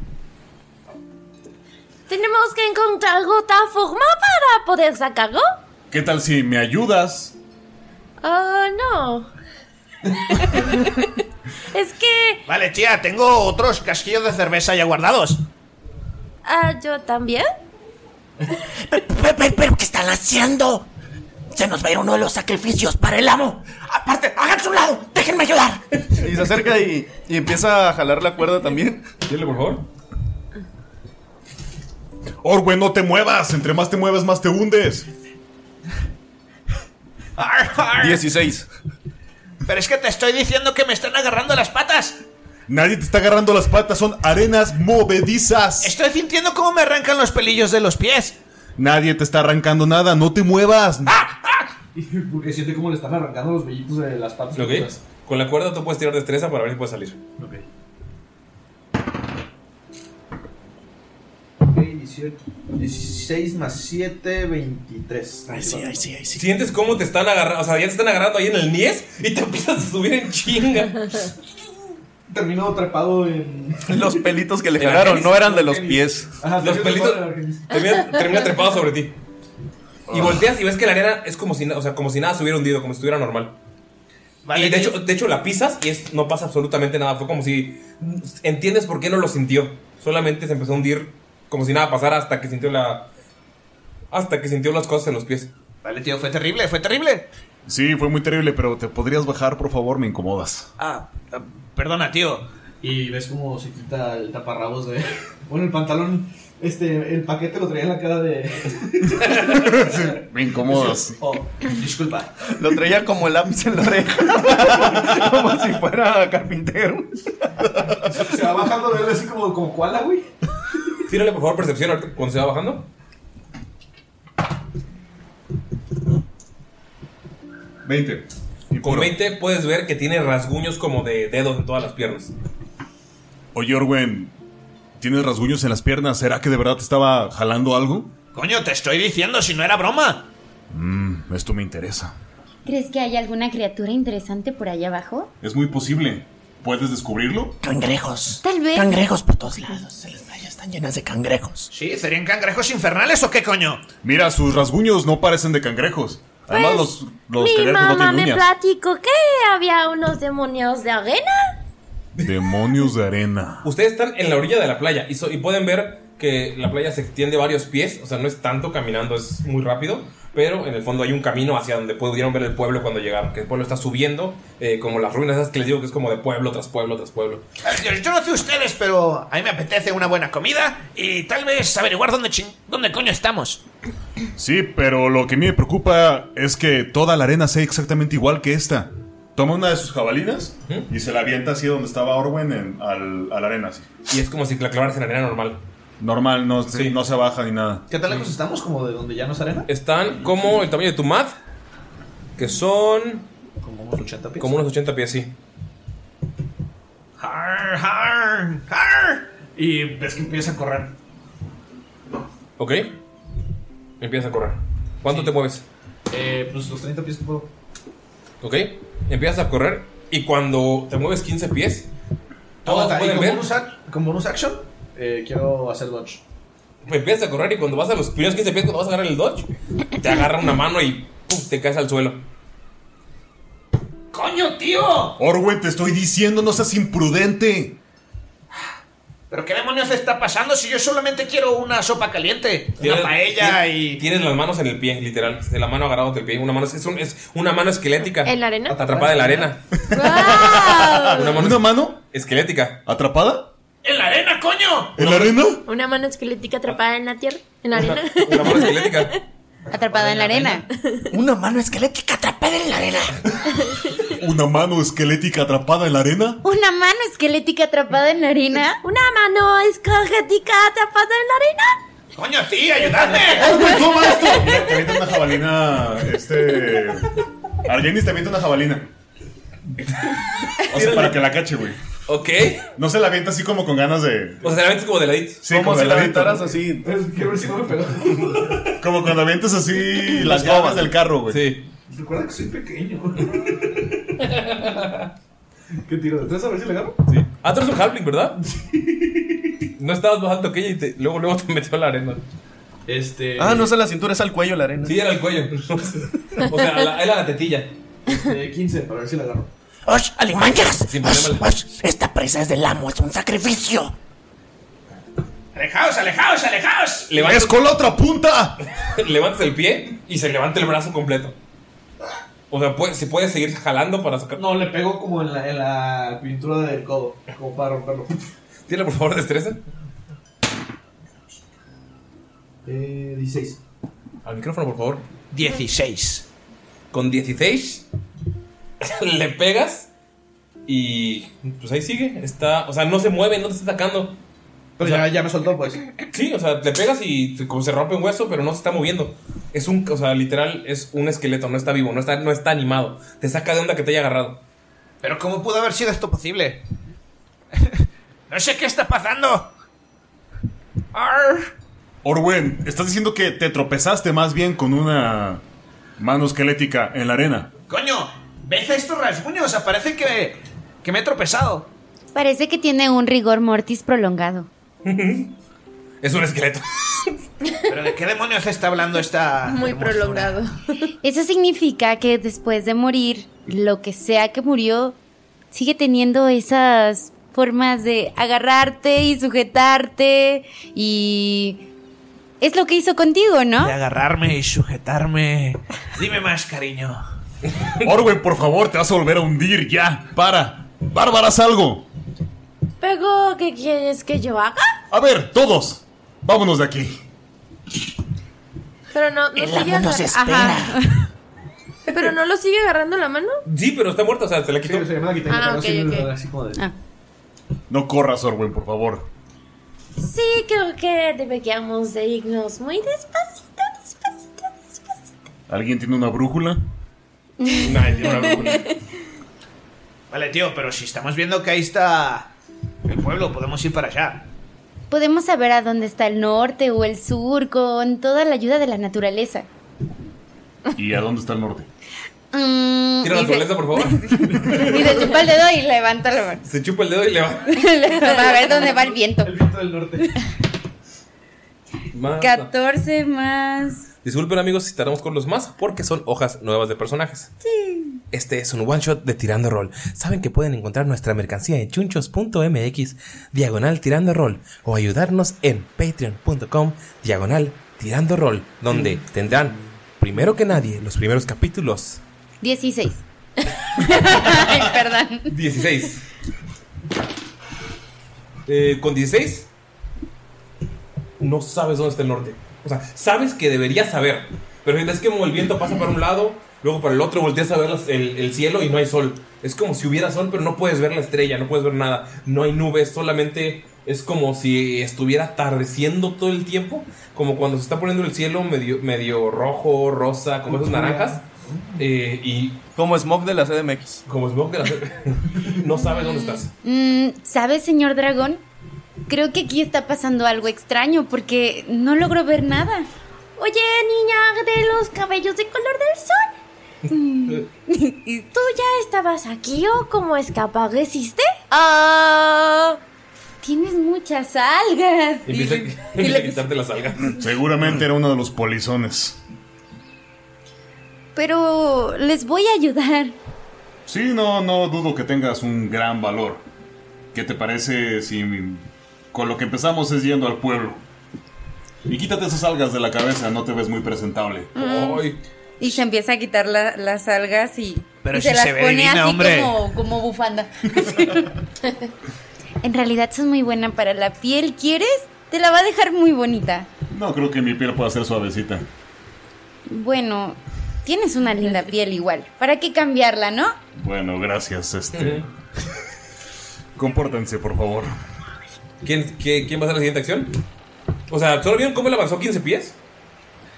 Speaker 8: Tenemos que encontrar otra forma para poder sacarlo.
Speaker 5: ¿Qué tal si me ayudas?
Speaker 8: Ah, no. es que
Speaker 4: Vale, tía, tengo otros casquillos de cerveza ya guardados.
Speaker 8: ah, yo también.
Speaker 7: Pero, pero- pero ¿qué están haciendo? Se nos va a ir uno de los sacrificios para el amo. Aparte, háganse a un lado, déjenme ayudar.
Speaker 6: Y se acerca y, y empieza a jalar la cuerda también.
Speaker 2: Dile, por favor.
Speaker 5: Orwin, no te muevas. Entre más te mueves, más te hundes. 16.
Speaker 4: Pero es que te estoy diciendo que me están agarrando las patas.
Speaker 5: Nadie te está agarrando las patas, son arenas movedizas.
Speaker 4: Estoy sintiendo cómo me arrancan los pelillos de los pies.
Speaker 5: Nadie te está arrancando nada, no te muevas.
Speaker 3: Porque siente como le están arrancando los vellitos de las patas.
Speaker 2: Ok. Con la cuerda tú puedes tirar destreza para ver si puedes salir.
Speaker 3: Ok. 16 más 7, 23. Ahí sí, ahí sí, ahí sí.
Speaker 2: Sientes cómo te están agarrando, o sea, ya te están agarrando ahí en el niés y te empiezas a subir en chinga.
Speaker 3: Terminó atrapado en.
Speaker 6: Los pelitos que le
Speaker 2: El
Speaker 6: jalaron
Speaker 2: Argenis,
Speaker 6: no eran de los pies.
Speaker 3: Ajá,
Speaker 2: Los pelitos termina, termina trepado sobre ti. Y volteas y ves que la arena es como si, na- o sea, como si nada se hubiera hundido, como si estuviera normal. y de hecho, de hecho la pisas y es- no pasa absolutamente nada. Fue como si mm, entiendes por qué no lo sintió. Solamente se empezó a hundir como si nada pasara hasta que sintió la hasta que sintió las cosas en los pies.
Speaker 4: Vale, tío, fue terrible, fue terrible.
Speaker 5: Sí, fue muy terrible, pero te podrías bajar, por favor, me incomodas.
Speaker 4: Ah, ah, perdona, tío.
Speaker 3: Y ves como se quita el taparrabos de. Bueno, el pantalón. Este, el paquete lo traía en la cara de.
Speaker 6: Me incomodas.
Speaker 3: Oh, disculpa.
Speaker 6: Lo traía como el lápiz en la oreja. como si fuera carpintero.
Speaker 3: Se va bajando de él así como, como koala, güey.
Speaker 2: Tírale por favor percepción ahorita cuando se va bajando.
Speaker 10: Veinte.
Speaker 2: Con 20 puedes ver que tiene rasguños como de dedos en todas las piernas.
Speaker 5: Oye, Orwen, tienes rasguños en las piernas. ¿Será que de verdad te estaba jalando algo?
Speaker 4: Coño, te estoy diciendo si no era broma.
Speaker 5: Mmm, esto me interesa.
Speaker 9: ¿Crees que hay alguna criatura interesante por allá abajo?
Speaker 5: Es muy posible. ¿Puedes descubrirlo?
Speaker 7: Cangrejos.
Speaker 9: Tal vez.
Speaker 7: Cangrejos por todos lados. Las playas están llenas de cangrejos.
Speaker 4: Sí, ¿serían cangrejos infernales o qué coño?
Speaker 5: Mira, sus rasguños no parecen de cangrejos. Además,
Speaker 9: Pues,
Speaker 5: los, los
Speaker 9: Mi
Speaker 5: cangrejos no
Speaker 9: mamá
Speaker 5: tienen
Speaker 9: me
Speaker 5: uñas.
Speaker 9: platicó que había unos demonios de arena.
Speaker 5: Demonios de arena.
Speaker 2: Ustedes están en la orilla de la playa y, so- y pueden ver que la playa se extiende varios pies, o sea, no es tanto caminando, es muy rápido, pero en el fondo hay un camino hacia donde pudieron ver el pueblo cuando llegaron, que el pueblo está subiendo, eh, como las ruinas esas que les digo que es como de pueblo tras pueblo tras pueblo.
Speaker 4: Yo, yo no sé ustedes, pero a mí me apetece una buena comida y tal vez averiguar dónde, chin- dónde coño estamos.
Speaker 5: Sí, pero lo que a mí me preocupa es que toda la arena sea exactamente igual que esta. Toma una de sus jabalinas y se la avienta así donde estaba Orwen en- al, a la arena. Así.
Speaker 2: Y es como si la clavaras en arena normal.
Speaker 5: Normal, no, se- no se baja ni nada.
Speaker 3: ¿Qué tan lejos estamos? Como de donde ya no es arena.
Speaker 2: Están como el tamaño de tu mat, que son...
Speaker 3: Como unos 80 pies.
Speaker 2: Como unos 80 pies, sí.
Speaker 3: Har, har, har. Y ves que empieza a correr.
Speaker 2: ¿Ok? Empiezas a correr. ¿Cuánto te mueves?
Speaker 3: Eh, pues los 30 pies que puedo.
Speaker 2: ¿Ok? Empiezas a correr y cuando te mueves 15 pies, todos
Speaker 3: Aguanta, y
Speaker 2: pueden
Speaker 3: como
Speaker 2: ver.
Speaker 3: bonus ac- como bonus action, eh, quiero hacer dodge.
Speaker 2: Empiezas a correr y cuando vas a los primeros 15 pies, cuando vas a agarrar el dodge, te agarra una mano y ¡pum! te caes al suelo. ¡Coño, tío!
Speaker 5: Orwen, te estoy diciendo, no seas imprudente.
Speaker 4: ¿Pero qué demonios está pasando si yo solamente quiero una sopa caliente? Una paella
Speaker 2: tienes-
Speaker 4: y...
Speaker 2: Tienes las manos en el pie, literal. De la mano agarrada del pie. Una mano, es, un- es una mano esquelética.
Speaker 11: ¿En la arena? Ah.
Speaker 2: Atrapada en la arena.
Speaker 8: Ah.
Speaker 2: Una mano, Esquelética.
Speaker 5: ¿Atrapada?
Speaker 4: ¡En la arena, coño!
Speaker 5: ¿En la arena?
Speaker 11: Una mano esquelética atrapada en la tierra, en la arena.
Speaker 12: Atrapada en la arena.
Speaker 7: Una mano esquelética atrapada en la arena.
Speaker 5: ¿Una mano esquelética atrapada en la arena?
Speaker 9: ¿Una mano esquelética atrapada en la arena? ¿Una mano esquelética atrapada en la arena?
Speaker 4: ¡Coño, sí, ayudadme!
Speaker 5: ¡Orwen, toma esto! Mira, te avienta una jabalina. Este. Argenis te avienta una jabalina. O sea, para que la cache, güey.
Speaker 2: Ok.
Speaker 5: No se la avienta así como con ganas de.
Speaker 2: O sea, la avientas como de ladito.
Speaker 5: Sí, como de
Speaker 6: si la
Speaker 5: ladito.
Speaker 6: aventaras así.
Speaker 3: Quiero ver si no me pegó.
Speaker 5: Como cuando avientas así las llaves del carro, güey.
Speaker 2: Sí.
Speaker 3: Recuerda que soy pequeño. ¿Qué tiro? ¿Estás a ver si le agarro?
Speaker 2: Ah, tú eres un halfling, ¿verdad? No estabas más alto que ella y te- luego, luego te metió a la arena.
Speaker 3: Este.
Speaker 6: Ah, no es a la cintura, es al cuello la arena.
Speaker 2: Sí, era el cuello. O sea, a la- era la tetilla.
Speaker 3: Este, 15, para ver si le agarro.
Speaker 7: ¡Osh, alimañas!
Speaker 2: Sin
Speaker 7: ¡Osh,
Speaker 2: problema.
Speaker 7: osh! Esta presa es del amo, es un sacrificio.
Speaker 4: ¡Alejaos, alejaos, alejaos!
Speaker 2: Levantas,
Speaker 5: ¡Con la otra punta!
Speaker 2: levantas el pie y se levanta el brazo completo. O sea, puede- se puede seguir jalando para sacar.
Speaker 3: No, le pego como en la, en la pintura del codo, como para romperlo.
Speaker 2: Tírale, por favor, destreza.
Speaker 3: Eh, 16.
Speaker 2: Al micrófono, por favor.
Speaker 4: 16.
Speaker 2: Con 16 le pegas y pues ahí sigue. Está, o sea, no se mueve, no te está atacando.
Speaker 3: Pero ya, ya me soltó, pues.
Speaker 2: Sí, o sea, le pegas y se- como se rompe un hueso, pero no se está moviendo. Es un, o sea, literal es un esqueleto, no está vivo, no está no está animado. Te saca de onda que te haya agarrado.
Speaker 4: ¿Pero cómo pudo haber sido esto posible? no sé qué está pasando. Arr.
Speaker 5: Orwen, estás diciendo que te tropezaste más bien con una mano esquelética en la arena.
Speaker 4: Coño, ¿ves estos rasguños? Aparece que, que me he tropezado.
Speaker 9: Parece que tiene un rigor mortis prolongado.
Speaker 2: Es un esqueleto.
Speaker 4: ¿Pero de qué demonios está hablando esta...
Speaker 11: Muy prolongado.
Speaker 9: Eso significa que después de morir, lo que sea que murió, sigue teniendo esas formas de agarrarte y sujetarte y... Es lo que hizo contigo, ¿no?
Speaker 4: De agarrarme y sujetarme. Dime más, cariño.
Speaker 5: Orwen, por favor, te vas a volver a hundir ya. Para. Bárbara, haz algo.
Speaker 11: Pero, ¿qué quieres que yo haga?
Speaker 5: A ver, todos, vámonos de aquí.
Speaker 11: Pero no, no
Speaker 1: El
Speaker 11: sigue
Speaker 1: amor nos
Speaker 11: agarra- Ajá. Pero no lo sigue agarrando la mano.
Speaker 2: Sí, pero está muerto, o sea, se la quitó.
Speaker 11: Ah, ok, ok.
Speaker 9: Ah.
Speaker 5: No corras, Orwen, por favor.
Speaker 11: Sí, creo que deberíamos de irnos muy despacito, despacito.
Speaker 5: ¿Alguien tiene una brújula?
Speaker 4: Vale, tío, pero si estamos viendo que ahí está el pueblo, podemos ir para allá.
Speaker 9: Podemos saber a dónde está el norte o el sur con toda la ayuda de la naturaleza.
Speaker 5: ¿Y a dónde está el norte?
Speaker 9: Mm,
Speaker 2: Tira
Speaker 9: y, se,
Speaker 2: naturaleza, por favor.
Speaker 9: y se chupa el dedo y levanta la mano.
Speaker 2: Se chupa el dedo y le va.
Speaker 9: Para ver dónde va el viento.
Speaker 2: del norte.
Speaker 9: 14 más.
Speaker 2: Disculpen amigos si tardamos con los más porque son hojas nuevas de personajes.
Speaker 9: Sí.
Speaker 2: Este es un one shot de Tirando Roll. Saben que pueden encontrar nuestra mercancía en chunchos.mx diagonal Tirando Roll o ayudarnos en patreon.com diagonal Tirando Roll donde tendrán primero que nadie los primeros capítulos
Speaker 9: 16. Ay, perdón.
Speaker 2: 16. Eh, con 16 no sabes dónde está el norte. O sea, sabes que deberías saber. Pero es que como el viento pasa para un lado, luego para el otro, volteas a ver las- el, el cielo y no hay sol. Es como si hubiera sol, pero no puedes ver la estrella, no puedes ver nada. No hay nubes, solamente es como si estuviera atardeciendo todo el tiempo. Como cuando se está poniendo el cielo medio, medio rojo, rosa, como esas naranjas. Eh, y
Speaker 6: Como Smoke de la CDMX.
Speaker 2: Como Smoke de la CDMX. no sabes dónde estás.
Speaker 9: Mm, ¿Sabes, señor dragón? Creo que aquí está pasando algo extraño porque no logro ver nada.
Speaker 11: Oye, niña de los cabellos de color del sol.
Speaker 9: Mm.
Speaker 11: ¿Tú ya estabas aquí o cómo es que apareciste?
Speaker 9: Ah, tienes muchas algas.
Speaker 2: Empieza, empieza a quitarte las algas.
Speaker 11: Mm.
Speaker 5: Seguramente era uno de los polizones.
Speaker 9: Pero les voy a ayudar.
Speaker 5: Sí, no, no dudo que tengas un gran valor. ¿Qué te parece si con lo que empezamos es yendo al pueblo? Y quítate esas algas de la cabeza, no te ves muy presentable.
Speaker 9: Mm.
Speaker 12: Y se empieza a quitar la- las algas y,
Speaker 5: Pero
Speaker 12: y se
Speaker 5: si
Speaker 12: las
Speaker 5: se ve
Speaker 12: pone
Speaker 5: divina,
Speaker 12: así
Speaker 5: hombre.
Speaker 12: como, como bufanda.
Speaker 9: En realidad sos muy buena para la piel. ¿Quieres? Te la va a dejar muy bonita.
Speaker 5: No creo que mi piel pueda ser suavecita.
Speaker 9: Bueno, tienes una linda piel igual. ¿Para qué cambiarla, no?
Speaker 5: Bueno, gracias, este. Compórtense, por favor.
Speaker 2: ¿Quién, qué- ¿Quién va a hacer la siguiente acción? O sea, ¿solo vieron cómo le avanzó 15 pies?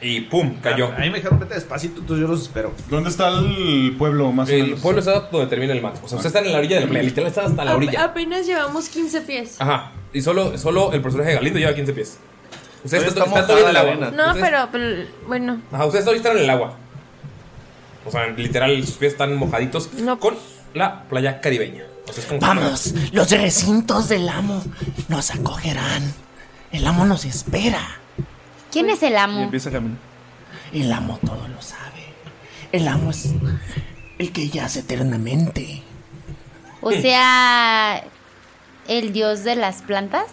Speaker 2: Y pum, cayó.
Speaker 3: A mí me dijeron vete despacito, entonces yo los espero.
Speaker 5: ¿Dónde está el pueblo más
Speaker 2: El pueblo está donde termina el mar. O sea, usted está en la orilla del playa, literal está
Speaker 11: Ah,
Speaker 2: hasta la orilla.
Speaker 11: apenas llevamos 15 pies.
Speaker 2: Ajá. Y solo, solo el personaje de Galindo lleva 15 pies. Usted está,
Speaker 6: está
Speaker 2: está
Speaker 6: mojada
Speaker 2: todavía en el
Speaker 6: la
Speaker 2: agua.
Speaker 6: arena.
Speaker 11: No,
Speaker 2: Ustedes-
Speaker 11: pero, pero, bueno.
Speaker 2: Ajá, ustedes todavía están en el agua. O sea, literal, sus pies están mojaditos con la playa caribeña. O sea, es como-
Speaker 7: Vamos, los recintos del amo nos acogerán. El amo nos espera.
Speaker 9: ¿Quién es el
Speaker 6: Y
Speaker 9: amo?
Speaker 6: empieza a caminar.
Speaker 7: El amo todo lo sabe. El amo es el que yace eternamente.
Speaker 9: O sea, el dios de las plantas,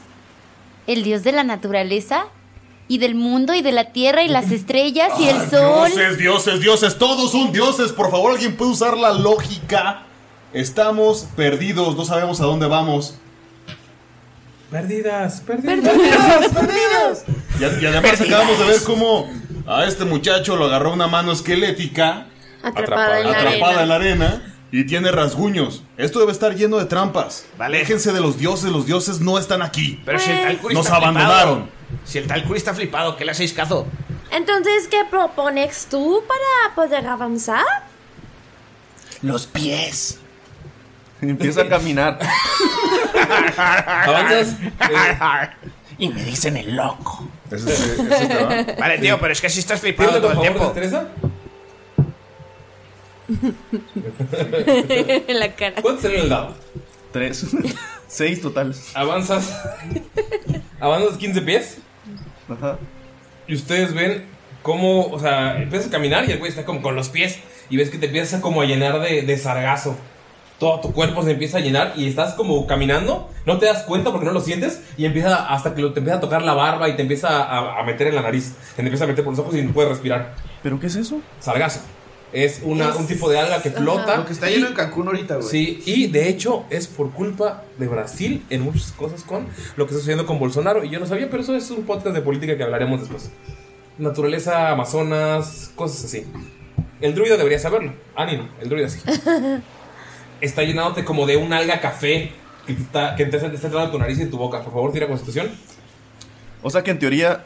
Speaker 9: el dios de la naturaleza y del mundo y de la tierra y las estrellas y el sol.
Speaker 10: Dioses, dioses, dioses, todos son dioses. Por favor, alguien puede usar la lógica.
Speaker 5: Estamos perdidos, no sabemos a dónde vamos.
Speaker 2: Perdidas, perdidas.
Speaker 5: Y, a- y además acabamos de ver cómo a este muchacho lo agarró una mano esquelética
Speaker 11: Atrapada en la
Speaker 5: atrapada
Speaker 11: arena.
Speaker 5: en la arena y tiene rasguños. Esto debe estar lleno de trampas. Déjense de los dioses, los dioses no están aquí.
Speaker 4: Pero si el
Speaker 11: Pues,
Speaker 4: tal Curi
Speaker 5: Nos
Speaker 4: está
Speaker 5: abandonaron.
Speaker 4: flipado, si el tal Curi está flipado, ¿qué le hacéis caso?
Speaker 8: Entonces, ¿qué propones tú para pues? poder avanzar?
Speaker 7: Los pies.
Speaker 6: Empieza a caminar.
Speaker 2: Avanzas.
Speaker 7: y me dicen el loco.
Speaker 4: Vale, tío, pero es que si estás flipado todo el tiempo.
Speaker 11: en la cara.
Speaker 2: ¿Cuántos eran el dado?
Speaker 6: Tres. Seis totales.
Speaker 2: Avanzas. Avanzas 15 pies. Y ustedes ven cómo, o sea, empiezas a caminar y el güey está como con los pies. Y ves que te empieza como a llenar de, de sargazo. Todo tu cuerpo se empieza a llenar y estás como caminando. No te das cuenta porque no lo sientes. Y empieza hasta que lo- te empieza a tocar la barba y te empieza a, a meter en la nariz. Te empieza a meter por los ojos y no puedes respirar.
Speaker 6: ¿Pero qué es eso?
Speaker 2: Sargazo. Es, una,
Speaker 3: Es-
Speaker 2: un tipo de alga que
Speaker 3: Ajá.
Speaker 2: flota.
Speaker 3: Lo que está lleno en
Speaker 2: Cancún ahorita,
Speaker 3: güey.
Speaker 2: Sí, y de hecho es por culpa de Brasil en muchas cosas con lo que está sucediendo con Bolsonaro. Y yo no sabía, pero eso es un podcast de política que hablaremos después. Naturaleza, Amazonas, cosas así. El druida debería saberlo. Ánimo, el druida sí. Está llenándote como de un alga café que te está, que te está, te está entrando a tu nariz y tu boca. Por favor, tira constitución.
Speaker 6: O sea que en teoría.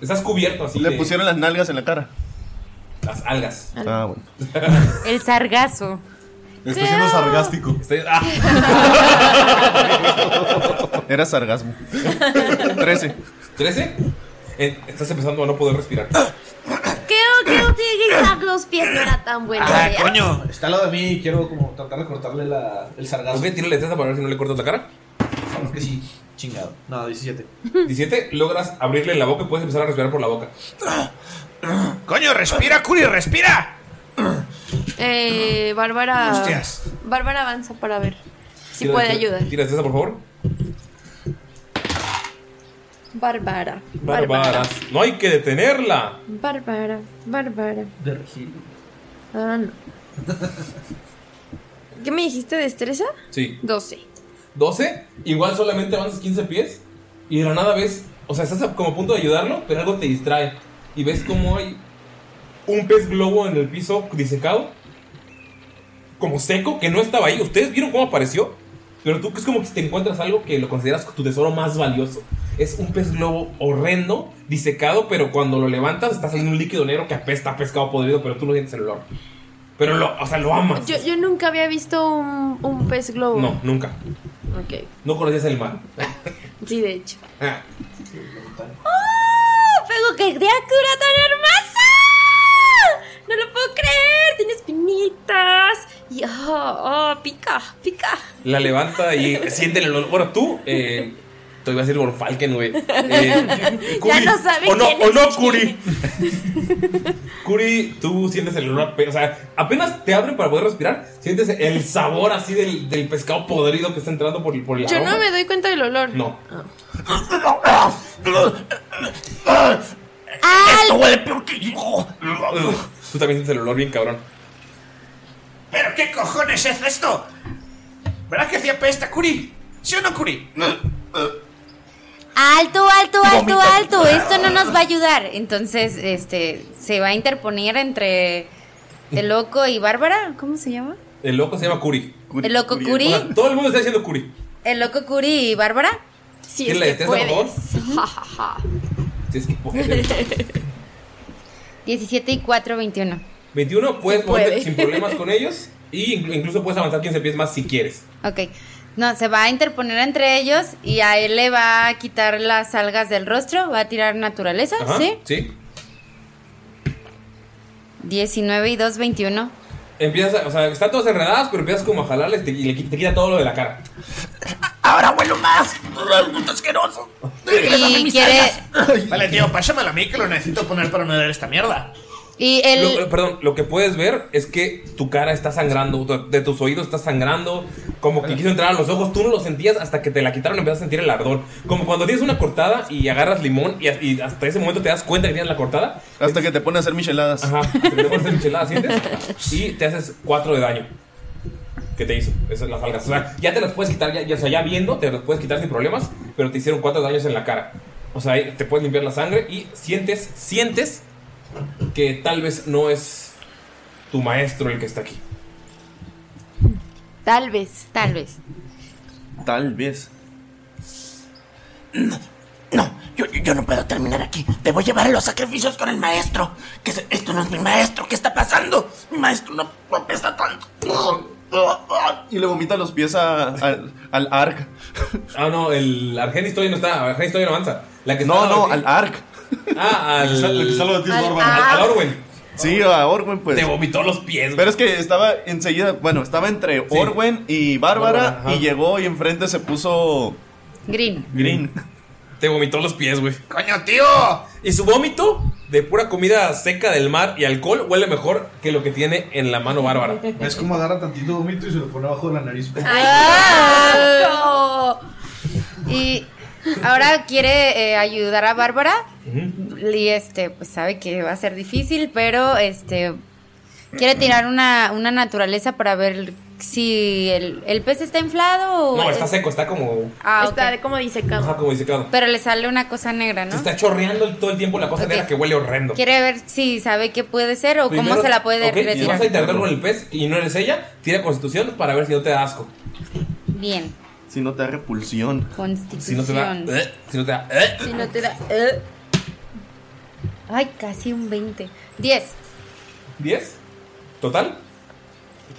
Speaker 2: Estás cubierto así.
Speaker 6: Le
Speaker 2: de-
Speaker 6: pusieron las nalgas en la cara.
Speaker 2: Las algas.
Speaker 6: Ah, bueno.
Speaker 9: El sargazo.
Speaker 6: Estoy siendo sargástico.
Speaker 2: ¡Ah!
Speaker 6: Era sargasmo.
Speaker 2: 13. ¿13? Eh, Estás empezando a no poder respirar.
Speaker 8: Creo, creo que guisar los pies no era tan buena
Speaker 4: Ah,
Speaker 8: idea.
Speaker 2: coño!
Speaker 3: Está al lado de mí y quiero como tratar de cortarle la, el sargazo.
Speaker 2: Ok, tírale testa para ver si no le cortas la cara.
Speaker 3: Claro que sí, chingado. No, 17.
Speaker 11: Hmm.
Speaker 2: 17, logras abrirle la boca y puedes empezar a respirar por la boca.
Speaker 4: Coño, respira, Curi, respira.
Speaker 11: Eh, Bárbara.
Speaker 2: Hostias.
Speaker 11: Bárbara avanza para ver si
Speaker 2: Tira-
Speaker 11: puede
Speaker 2: tira-
Speaker 11: ayudar.
Speaker 2: Tira testa, por favor.
Speaker 11: Bárbara.
Speaker 2: Bárbaras. No hay que detenerla.
Speaker 11: Bárbara. Bárbara.
Speaker 3: De Regilio.
Speaker 11: Ah, no. ¿Qué me dijiste? ¿Destreza?
Speaker 2: Sí.
Speaker 11: 12.
Speaker 2: 12, igual solamente avanzas 15 pies y de la nada ves, o sea, estás a- como a punto de ayudarlo, pero algo te distrae y ves como hay un pez globo en el piso disecado, como seco, que no estaba ahí. Ustedes vieron cómo apareció, pero tú es como que te encuentras algo que lo consideras tu tesoro más valioso. Es un pez globo horrendo, disecado, pero cuando lo levantas está saliendo un líquido negro que apesta a pescado podrido, pero tú no sientes el olor. Pero lo, o sea, lo amas.
Speaker 8: Yo, yo nunca había visto un, un pez globo.
Speaker 2: No, nunca.
Speaker 8: Ok.
Speaker 2: No conocías el mar.
Speaker 8: Sí, de hecho.
Speaker 2: Ah.
Speaker 9: ¡Ah!
Speaker 8: ¡Oh! ¡Pero qué criatura tan hermosa! ¡No lo puedo creer! ¡Tiene espinitas! Y oh, oh, pica, pica.
Speaker 2: La levanta y sienten el olor. Bueno, tú, eh, te iba a decir Falken, güey. Eh,
Speaker 8: ya
Speaker 2: Curi,
Speaker 8: no saben
Speaker 2: o no,
Speaker 8: quién
Speaker 2: o
Speaker 8: es
Speaker 2: no,
Speaker 8: quién.
Speaker 2: Curi. Curi, tú sientes el olor a pe- O sea, apenas te abren para poder respirar, sientes el sabor así del, del pescado podrido que está entrando por, el- por el
Speaker 11: Yo
Speaker 2: aroma.
Speaker 11: no me doy cuenta del olor.
Speaker 2: No.
Speaker 4: Ah,
Speaker 8: ¡Al!
Speaker 2: Tú también sientes el olor bien cabrón.
Speaker 4: ¿Pero qué cojones es esto? ¿Verdad que se apesta, Curi? ¿Sí o no, Curi?
Speaker 9: Alto, alto, alto, alto. Esto no nos va a ayudar. Entonces, este, se va a interponer entre el loco y Bárbara. ¿Cómo se llama?
Speaker 2: El loco se llama Curi.
Speaker 9: El loco Curi.
Speaker 2: O sea, todo el mundo está diciendo Curi.
Speaker 9: El loco Curi y Bárbara.
Speaker 2: ¿Quién es la destreza, por favor? Si es que puedes.
Speaker 9: 17 y 4, 21.
Speaker 2: 21, puedes
Speaker 9: Sí puede.
Speaker 2: moverte sin problemas con ellos. Y inclu- incluso puedes avanzar 15 pies más si quieres.
Speaker 9: Ok. No, se va a interponer entre ellos y a él le va a quitar las algas del rostro. Va a tirar naturaleza,
Speaker 2: Ajá,
Speaker 9: Ah, ¿sí?
Speaker 2: Sí.
Speaker 9: 19 y 2, 21.
Speaker 2: Empiezas, a- o sea, están todas enredadas, pero empiezas como a jalarles te- y le, qui- te quita todo lo de la cara.
Speaker 4: Ahora vuelo más. Gusto asqueroso.
Speaker 9: Y quiere-
Speaker 4: Vale, tío, pásamelo a mí que lo necesito poner para medir esta mierda.
Speaker 9: Y
Speaker 2: Lo- eh, perdón, lo que puedes ver es que tu cara está sangrando, tu- de tus oídos está sangrando, como que quiso entrar a los ojos, tú no lo sentías hasta que te la quitaron y empiezas a sentir el ardor. Como cuando tienes una cortada y agarras limón y, a- y hasta ese momento te das cuenta que tienes la cortada. Hasta que te pones a hacer micheladas. Ajá, hasta que te pones a hacer micheladas, sientes, y te haces 4 de daño. ¿Qué te hizo? Esas las algas. O sea, ya te las puedes quitar, ya, ya- o sea, ya viendo, te las puedes quitar sin problemas, pero te hicieron 4 daños en la cara. O sea, ahí te puedes limpiar la sangre y sientes, sientes que tal vez no es tu maestro el que está aquí.
Speaker 9: Tal vez. Tal vez.
Speaker 6: Tal vez.
Speaker 7: Yo, yo- yo no puedo terminar aquí. Debo llevar a los sacrificios con el maestro. Que se- esto no es mi maestro. ¿Qué está pasando? Mi maestro no, no pesa tanto.
Speaker 6: Y le vomita los pies a- al, al Ark.
Speaker 2: Ah, no, el Argenis todavía no está. Argenis todavía no avanza. La que
Speaker 6: No,
Speaker 2: está-
Speaker 6: no, al Ark.
Speaker 2: Ah, al.
Speaker 6: La que está al lado de ti es Al Orwen.
Speaker 2: Al, al Orwen.
Speaker 6: Sí, a Orwen, pues.
Speaker 2: Te vomitó los pies.
Speaker 6: Pero es que estaba enseguida, bueno, estaba entre Orwen y Bárbara y llegó y enfrente se puso
Speaker 9: Green.
Speaker 2: Green. Te vomitó los pies, güey. ¡Coño, tío! Y su vómito de pura comida seca del mar y alcohol huele mejor que lo que tiene en la mano Bárbara.
Speaker 3: Es como agarra tantito vómito y se lo pone abajo de la nariz.
Speaker 9: ¡Asco! Y ahora quiere eh, ayudar a Bárbara. Y este, pues sabe que va a ser difícil, pero este Quiere tirar una, una naturaleza para ver si el, el pez está inflado o.
Speaker 2: No, está seco, está como.
Speaker 9: está como disecado.
Speaker 2: Ajá, como disecado.
Speaker 9: Pero le sale una cosa negra,
Speaker 2: Se
Speaker 9: ¿no?
Speaker 2: está chorreando el- todo el tiempo la cosa negra que huele horrendo.
Speaker 9: Quiere ver si sabe qué puede ser o
Speaker 2: Primero-
Speaker 9: cómo se la puede
Speaker 2: ok, Si
Speaker 9: retirar.
Speaker 2: vas a intentar con el pez y no eres ella, tira constitución para ver si no te da asco.
Speaker 9: Bien.
Speaker 6: Si no te da repulsión.
Speaker 9: Constitución.
Speaker 2: Si no te da. eh, si no te da. eh.
Speaker 9: Si no te da. eh. Ay, casi un 20. 10.
Speaker 2: 10 total.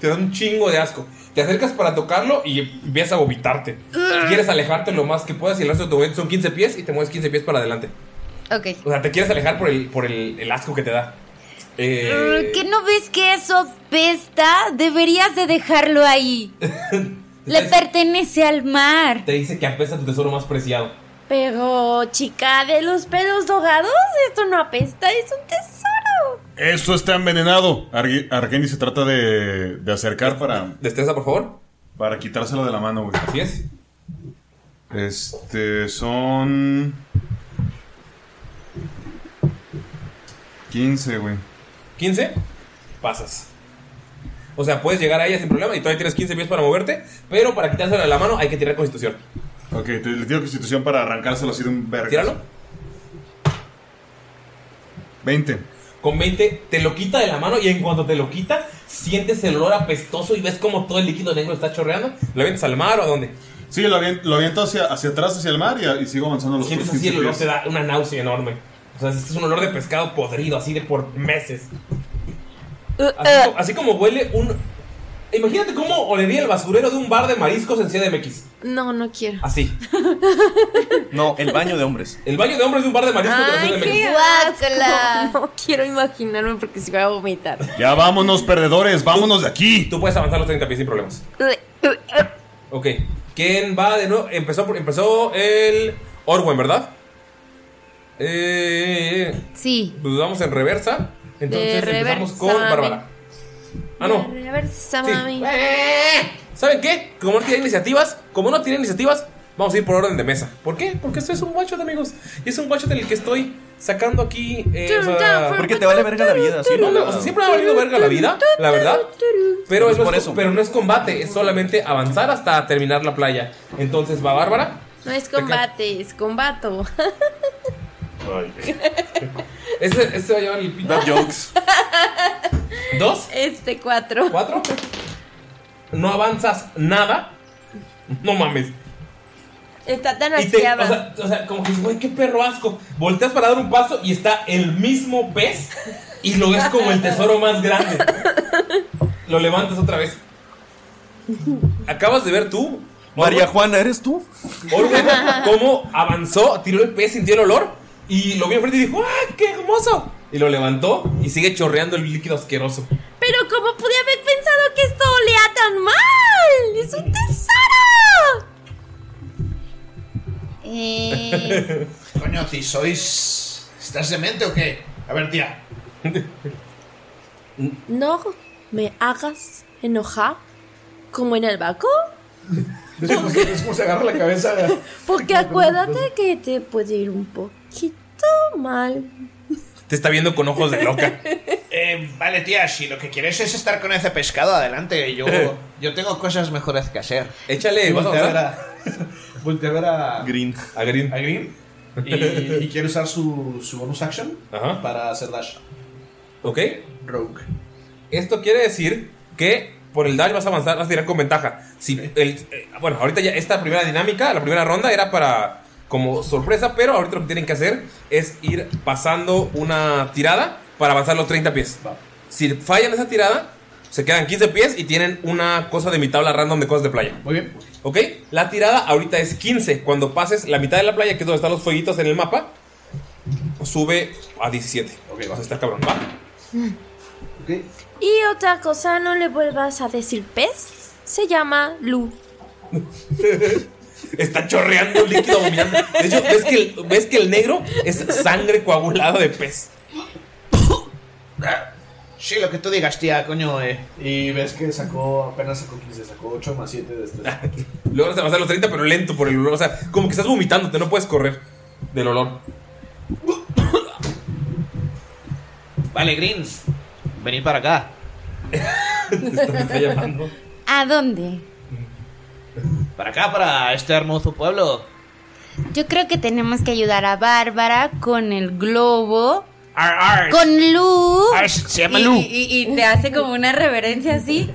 Speaker 2: Te da un chingo de asco. Te acercas para tocarlo y empiezas a vomitarte. Quieres alejarte lo más que puedas y el resto de tu movimiento son 15 pies y te mueves 15 pies para adelante.
Speaker 9: Ok.
Speaker 2: O sea, te quieres alejar por el, por el, el asco que te da. Eh,
Speaker 9: ¿Qué no ves que eso pesta? Deberías de dejarlo ahí. Le pertenece al mar.
Speaker 2: te dice que apesta tu tesoro más preciado.
Speaker 8: Pero, chica, de los pelos dogados, esto no apesta, es un tesoro.
Speaker 5: Esto está envenenado. Arg- Argeni se trata de, de acercar para.
Speaker 2: Destreza, por favor.
Speaker 5: Para quitárselo de la mano, güey.
Speaker 2: Así es.
Speaker 5: Este son. 15, güey.
Speaker 2: 15, pasas. O sea, puedes llegar a ella sin problema y todavía tienes 15 pies para moverte, pero para quitársela de la mano hay que tirar constitución.
Speaker 5: Ok, te, le tiro constitución para arrancárselo así de un verga.
Speaker 2: Tíralo.
Speaker 5: 20.
Speaker 2: Con 20 te lo quita de la mano y en cuanto te lo quita, sientes el olor apestoso y ves como todo el líquido negro está chorreando. ¿Lo avientas al mar o a dónde?
Speaker 5: Sí, lo, avien- lo aviento hacia, hacia atrás, hacia el mar y, a- y sigo avanzando los
Speaker 2: Sientes
Speaker 5: otros
Speaker 2: así el
Speaker 5: 15
Speaker 2: olor,
Speaker 5: pies.
Speaker 2: te da una náusea enorme. O sea, este es un olor de pescado podrido, así de por meses. Así, co- así como huele un... Imagínate cómo olería el basurero de un bar de mariscos en CDMX.
Speaker 11: No, no quiero.
Speaker 2: Así.
Speaker 6: No, el baño de hombres.
Speaker 2: El baño de hombres de un bar de mariscos de la
Speaker 11: Ay,
Speaker 2: Ciudad de
Speaker 11: qué
Speaker 2: México.
Speaker 9: Ah,
Speaker 11: asco. No quiero imaginarme porque se va a vomitar.
Speaker 5: Ya vámonos, perdedores, vámonos de aquí.
Speaker 2: Tú puedes avanzar los 30 pies sin problemas. Ok. ¿Quién va de nuevo? Empezó, por- empezó el Orwen, ¿verdad? Eh,
Speaker 9: Sí.
Speaker 2: pues vamos en reversa. Entonces
Speaker 11: De
Speaker 2: empezamos
Speaker 11: reversa,
Speaker 2: con Bárbara. Ah, no. Eh,
Speaker 11: A ver, mami.
Speaker 2: ¿Saben qué? Como no tiene iniciativas, como no tiene iniciativas, vamos a ir por orden de mesa. ¿Por qué? Porque esto es un guacho, amigos. Y es un guacho del que estoy sacando aquí. eh, o sea-
Speaker 6: Porque te vale Pues verga la vida, sí.
Speaker 2: No, no, o sea, siempre me ha valido verga la vida, la verdad. Pero, es- no es, pero no es combate, es solamente avanzar hasta terminar la playa. Entonces va Bárbara.
Speaker 11: No es combate, es combato.
Speaker 2: Este, este va a llevar el pito.
Speaker 6: jokes.
Speaker 2: Dos.
Speaker 11: Este cuatro.
Speaker 2: ¿Cuatro? No avanzas nada. No mames.
Speaker 8: Está tan
Speaker 2: Y te- o,
Speaker 8: asqueada.
Speaker 2: sea, o sea, como que dices, güey, qué perro asco. Volteas para dar un paso y está el mismo pez y lo ves como el tesoro más grande. Lo levantas otra vez. Acabas de ver tú. María
Speaker 6: Juana, ¿eres tú?
Speaker 2: Orwell, cómo avanzó, tiró el pez, sintió el olor y lo vio enfrente y dijo, ¡ah, qué hermoso! Y lo levantó y sigue chorreando el líquido asqueroso.
Speaker 8: Pero ¿cómo pude haber pensado que esto olía tan mal? ¡Es un tesoro!
Speaker 3: Coño, si sois. ¿Estás demente o qué? A ver, tía.
Speaker 8: No me hagas enojar como en el barco,
Speaker 3: ¿Ves cómo, se- ves cómo se agarra la cabeza?
Speaker 8: porque acuérdate que te puede ir un poquito mal.
Speaker 2: Te está viendo con ojos de loca.
Speaker 3: Eh, vale, tía, si lo que quieres es estar con ese pescado, adelante. Yo, yo tengo cosas mejores que hacer.
Speaker 2: Échale, vas a
Speaker 3: voltea a ver
Speaker 2: avanzar.
Speaker 3: a. voltea a ver a.
Speaker 6: Green.
Speaker 2: A Green.
Speaker 3: A Green. Y, y quiere usar su, su bonus action
Speaker 2: Ajá.
Speaker 3: para hacer dash.
Speaker 2: ¿Ok?
Speaker 3: Rogue.
Speaker 2: Esto quiere decir que por el dash vas a avanzar, vas a tirar con ventaja. Si el, eh, bueno, ahorita ya esta primera dinámica, la primera ronda era para como sorpresa, pero ahorita lo que tienen que hacer es ir pasando una tirada para avanzar los 30 pies. Si fallan esa tirada, se quedan 15 pies y tienen una cosa de mi tabla random de cosas de playa.
Speaker 3: Muy bien.
Speaker 2: ¿Ok? La tirada ahorita es 15. Cuando pases la mitad de la playa, que es donde están los fueguitos en el mapa, sube a 17. Ok, vas a estar cabrón. Va.
Speaker 8: Y otra cosa, no le vuelvas a decir pez, se llama Lu.
Speaker 2: Está chorreando un líquido abominable. De hecho, ves que, el, ves que el negro es sangre coagulada de pez.
Speaker 3: Sí, lo que tú digas, tía, coño, eh. Y ves que sacó, apenas sacó 15, sacó 8 más 7 de destreza.
Speaker 2: Logras avanzar los 30, pero lento por el olor. O sea, como que estás vomitándote, no puedes correr del olor.
Speaker 3: Vale, Green, vení para acá.
Speaker 2: está llamando.
Speaker 9: ¿A dónde?
Speaker 4: Para acá, para este hermoso pueblo.
Speaker 9: Yo creo que tenemos que ayudar a Bárbara con el globo.
Speaker 13: Ar, ar.
Speaker 9: Con Lu.
Speaker 13: Ar, Ah, se llama
Speaker 7: Y,
Speaker 13: Lu.
Speaker 7: y- y te hace como una reverencia así.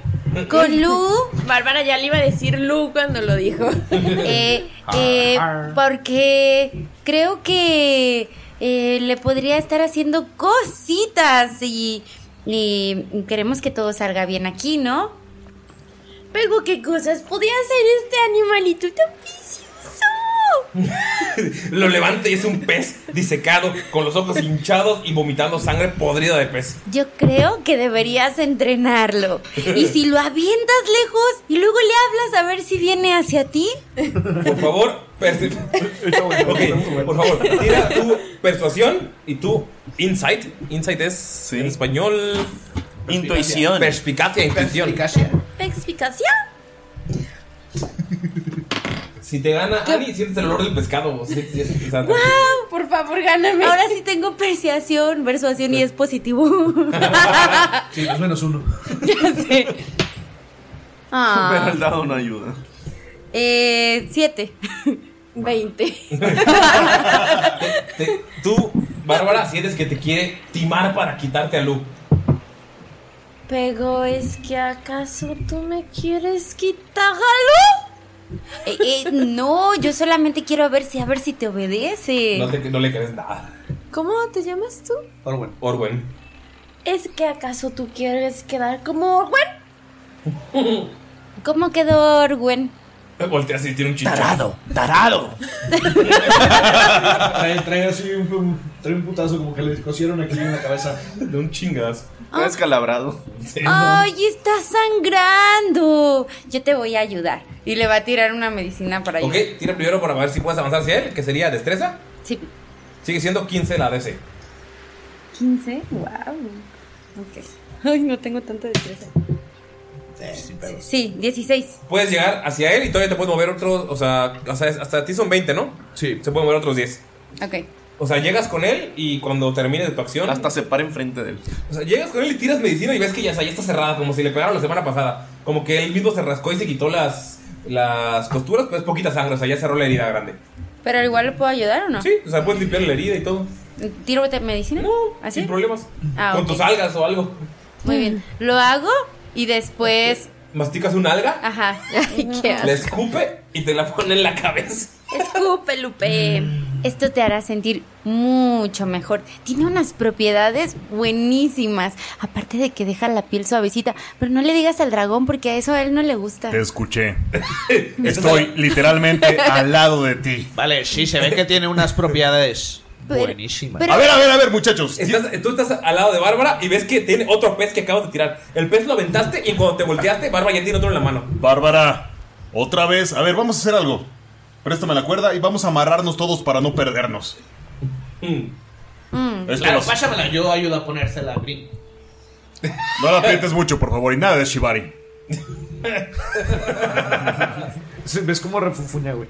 Speaker 8: Con Lu, Bárbara ya le iba a decir Lu cuando lo dijo.
Speaker 9: Eh, eh, porque creo que eh, le podría estar haciendo cositas y, y queremos que todo salga bien aquí, ¿no?
Speaker 14: Pero qué cosas podría hacer este animalito tan precioso.
Speaker 2: Lo levanta y es un pez disecado, con los ojos hinchados y vomitando sangre podrida de pez.
Speaker 9: Yo creo que deberías entrenarlo. Y si lo avientas lejos y luego le hablas a ver si viene hacia ti.
Speaker 2: Por favor, persu- Ok, por favor, tira tu persuasión y tu insight. Insight es en español.
Speaker 6: Intuición.
Speaker 2: Perspicacia, intuición.
Speaker 14: ¿Explicación?
Speaker 2: Si te gana Ani, sientes el olor del pescado. vos. Sí, sí, sí, o sea,
Speaker 9: ¡Wow! Por favor, gáname. Ahora sí tengo persuasión, persuasión y es positivo.
Speaker 4: Sí, más menos uno.
Speaker 9: ya sé.
Speaker 6: Pero
Speaker 9: Ah,
Speaker 6: el dado no ayuda.
Speaker 9: eh, siete.
Speaker 8: Veinte.
Speaker 2: Tú, Bárbara, sientes que te quiere timar para quitarte a Lu.
Speaker 14: Pero es que acaso tú me quieres quitar a Lu?
Speaker 9: Eh, eh, no, yo solamente quiero ver si a ver si te obedece.
Speaker 2: No, te- no le crees nada.
Speaker 14: ¿Cómo te llamas tú?
Speaker 2: Orwen. Orwen.
Speaker 14: ¿Es que acaso tú quieres quedar como Orwen?
Speaker 9: ¿Cómo quedó Orwen?
Speaker 2: Volteas y tiene un chichón.
Speaker 4: Tarado,
Speaker 2: tarado.
Speaker 4: Trae, trae así un, un- trae un putazo como que le cosieron aquí en la cabeza.
Speaker 2: De un chingazo.
Speaker 6: Es calabrado.
Speaker 9: Ay, está sangrando. Yo te voy a ayudar.
Speaker 7: Y le va a tirar una medicina para
Speaker 2: Ok,
Speaker 7: allá.
Speaker 2: tira primero para ver si puedes avanzar hacia él, que sería destreza.
Speaker 7: Sí.
Speaker 2: Sigue siendo 15 la DC.
Speaker 7: 15. Wow. Ok. Ay, no tengo tanta destreza. Sí, 16.
Speaker 2: Puedes llegar hacia él y todavía te puedes mover otros. O sea, o sea, hasta ti son 20, ¿no? Sí. Se pueden mover otros 10.
Speaker 7: Ok.
Speaker 2: O sea, llegas con él y cuando termines tu acción. Hasta
Speaker 6: se para enfrente de él.
Speaker 2: O sea, llegas con él y tiras medicina y ves que ya, o sea, ya está cerrada, como si le pegaron la semana pasada. Como que él mismo se rascó y se quitó las, las costuras, pero es poquita sangre, o sea, ya cerró la herida grande.
Speaker 7: Pero igual le puedo ayudar o no?
Speaker 2: Sí, o sea, puedes limpiar la herida y todo.
Speaker 7: ¿Tiro de medicina? ¿Así?
Speaker 2: Sin problemas.
Speaker 7: Ah,
Speaker 2: con
Speaker 7: ok.
Speaker 2: tus algas o algo.
Speaker 7: Muy bien. Lo hago y después.
Speaker 2: Masticas una alga,
Speaker 7: Ajá. Ay, Ah, qué
Speaker 2: la escupe y te la pone en la cabeza.
Speaker 9: Escupe, Lupe. Esto te hará sentir mucho mejor. Tiene unas propiedades buenísimas. Aparte de que deja la piel suavecita. Pero no le digas al dragón porque a eso a él no le gusta.
Speaker 5: Te escuché. Estoy literalmente al lado de ti.
Speaker 4: Vale, sí, se ve que tiene unas propiedades
Speaker 9: Pero-
Speaker 4: buenísimas.
Speaker 2: pero- A ver, a
Speaker 5: ver, a ver, muchachos.
Speaker 2: Estás- tú estás al lado de Bárbara y ves que tiene otro pez que acabas de tirar. El pez lo aventaste y cuando te volteaste, Bárbara ya tiene otro en la mano.
Speaker 5: Bárbara, otra vez. A ver, vamos a hacer algo. Préstame la cuerda y vamos a amarrarnos todos para no perdernos.
Speaker 2: Mm.
Speaker 5: Es que
Speaker 2: Ah,
Speaker 4: Claro,
Speaker 5: los-
Speaker 4: pásamela, yo ayudo a ponérsela a Green.
Speaker 5: No la aprietes mucho, por favor, y nada de Shibari.
Speaker 4: ¿Ves cómo refunfuña, güey?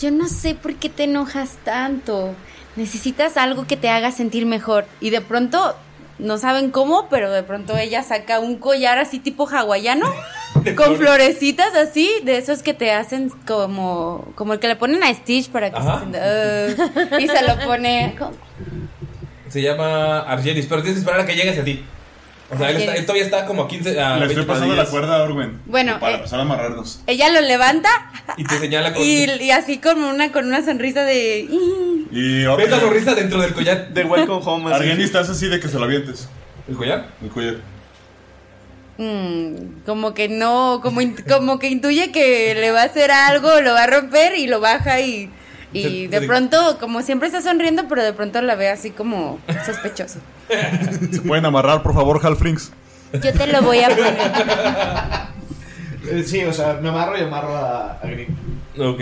Speaker 9: Yo no sé por qué te enojas tanto. Necesitas algo que te haga sentir mejor.
Speaker 7: Y de pronto, no saben cómo, pero de pronto ella saca un collar así tipo hawaiano. con florecitas así, de esos que te hacen como, como el que le ponen a Stitch para que
Speaker 2: Ajá.
Speaker 7: se sienta, "Ugh", Y se lo pone.
Speaker 2: Se llama Argenis, pero tienes que esperar a que llegue hacia ti. O sea, él, está- él todavía está como a 15. A
Speaker 5: Le estoy
Speaker 2: 20
Speaker 5: pasando
Speaker 2: pasillas.
Speaker 5: la cuerda a Orwen.
Speaker 7: Bueno,
Speaker 5: Para
Speaker 7: eh,
Speaker 5: empezar a amarrarnos.
Speaker 7: ella lo levanta
Speaker 2: Y te señala con.
Speaker 7: y, y así con una, con una sonrisa de. "Mm".
Speaker 5: Y
Speaker 2: Ves la sonrisa dentro del collar.
Speaker 6: De Welcome Home.
Speaker 5: así. Argenis, estás así de que se lo avientes.
Speaker 2: ¿El collar?
Speaker 5: El collar.
Speaker 7: Mm, como que no, como, in- como que intuye que le va a hacer algo, lo va a romper y lo baja y, y
Speaker 2: Se-
Speaker 7: de
Speaker 2: se-
Speaker 7: pronto, como siempre está sonriendo, pero de pronto la ve así como sospechoso.
Speaker 5: ¿Se pueden amarrar, por favor, Halflings?
Speaker 9: Yo te lo voy a poner.
Speaker 4: Eh, Sí, o sea, me amarro y amarro a, a Green.
Speaker 2: Ok.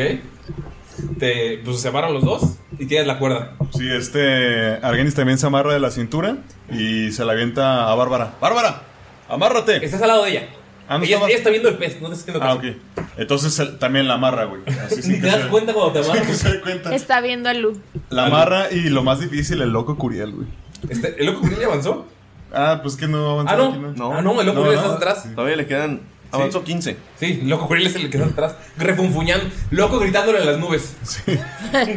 Speaker 2: Te, pues se separan los dos y tienes la cuerda.
Speaker 5: Sí, este Argenis también se amarra de la cintura y se la avienta a Bárbara. ¡Bárbara! ¡Amárrate!
Speaker 2: Estás al lado de ella.
Speaker 5: Ah, no
Speaker 2: ella,
Speaker 5: estaba-
Speaker 2: ella está viendo el pez, no te estás haciendo
Speaker 5: Ah,
Speaker 2: caso.
Speaker 5: ok. Entonces él también la amarra, güey. Así sin
Speaker 2: Ni
Speaker 5: que
Speaker 2: te das
Speaker 5: se-
Speaker 2: cuenta cuando te amarras.
Speaker 5: sin que se dé cuenta.
Speaker 8: Está viendo a Lu.
Speaker 5: La amarra y lo más difícil, el loco Curiel, güey.
Speaker 2: Este- ¿El loco Curiel ya avanzó?
Speaker 10: Ah, pues que no avanzó.
Speaker 2: Ah, no. Ah, no, el loco gorila está
Speaker 10: no.
Speaker 2: atrás.
Speaker 6: Todavía le quedan. Avanzó 15.
Speaker 2: Sí, el loco gorila es el que está atrás. Refunfuñando. Loco gritándole a las nubes.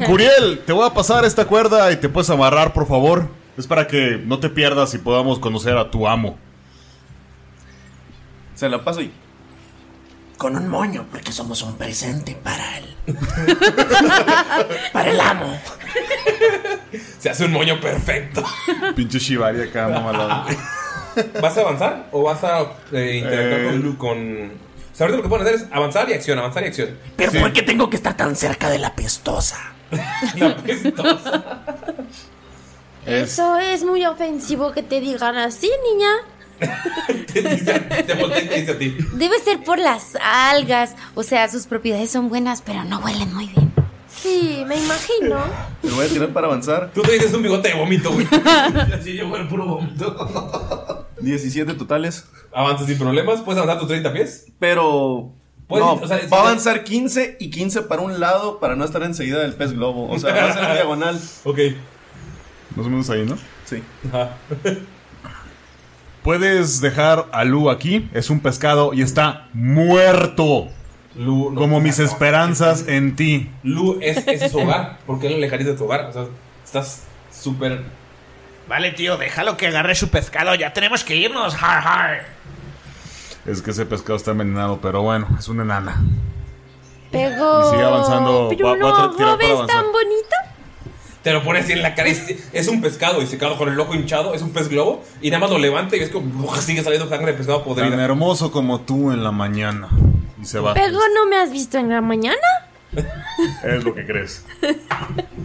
Speaker 10: Curiel, te voy a pasar esta cuerda y te puedes amarrar, por favor. Es para que no te pierdas y podamos conocer a tu amo.
Speaker 6: Se la paso y.
Speaker 7: Con un moño, porque somos un presente para él. para el amo.
Speaker 2: Se hace un moño perfecto.
Speaker 10: Pinche Shibari acá, mamalón.
Speaker 2: ¿Vas a avanzar o vas a eh, interactuar
Speaker 10: Eh.
Speaker 2: con Lu- con... O sea, ahorita lo que pueden hacer es avanzar y acción, avanzar y acción.
Speaker 7: Pero ¿por qué tengo que estar tan cerca de la pestosa?
Speaker 8: Eso es muy ofensivo que te digan así, niña.
Speaker 9: Debe ser por las algas. O sea, sus propiedades son buenas, pero no huelen muy bien.
Speaker 8: Sí, me imagino.
Speaker 6: Te lo voy a tirar para avanzar.
Speaker 2: Tú te dices un bigote de vómito, güey. Así llegó el puro vómito.
Speaker 6: 17 totales.
Speaker 2: Avanzas sin problemas, puedes avanzar tus 30 pies.
Speaker 6: Pero.
Speaker 2: Puedes-
Speaker 6: no,
Speaker 2: o sea, si-
Speaker 6: va a avanzar 15 y 15 para un lado para no estar enseguida del pez globo. O sea, va a ser diagonal.
Speaker 2: Ok.
Speaker 10: Más o menos ahí, ¿no?
Speaker 6: Sí.
Speaker 10: Puedes dejar a Lu aquí. Es un pescado y está muerto. Como mis esperanzas en ti.
Speaker 2: Lu es, ese es su hogar. ¿Por qué lo alejarías de tu hogar? O sea, estás súper.
Speaker 4: Vale, tío, déjalo que agarre su pescado. Ya tenemos que irnos. Har, har.
Speaker 10: Es que ese pescado está envenenado, pero bueno, es una enana.
Speaker 8: Pego.
Speaker 10: Y sigue avanzando.
Speaker 8: Pero
Speaker 10: Va- va a
Speaker 8: no,
Speaker 10: tra- tirar para
Speaker 8: ¿no ves
Speaker 10: avanzar.
Speaker 8: tan bonito?
Speaker 2: Te lo pones así en la cara y se- es un pescado y se queda con el ojo hinchado. Es un pez globo y nada más lo levanta y ves como sigue saliendo sangre de pescado podrido.
Speaker 10: Tan hermoso como tú en la mañana. Y se va.
Speaker 8: Pego, ¿no me has visto en la mañana?
Speaker 10: Es lo que crees.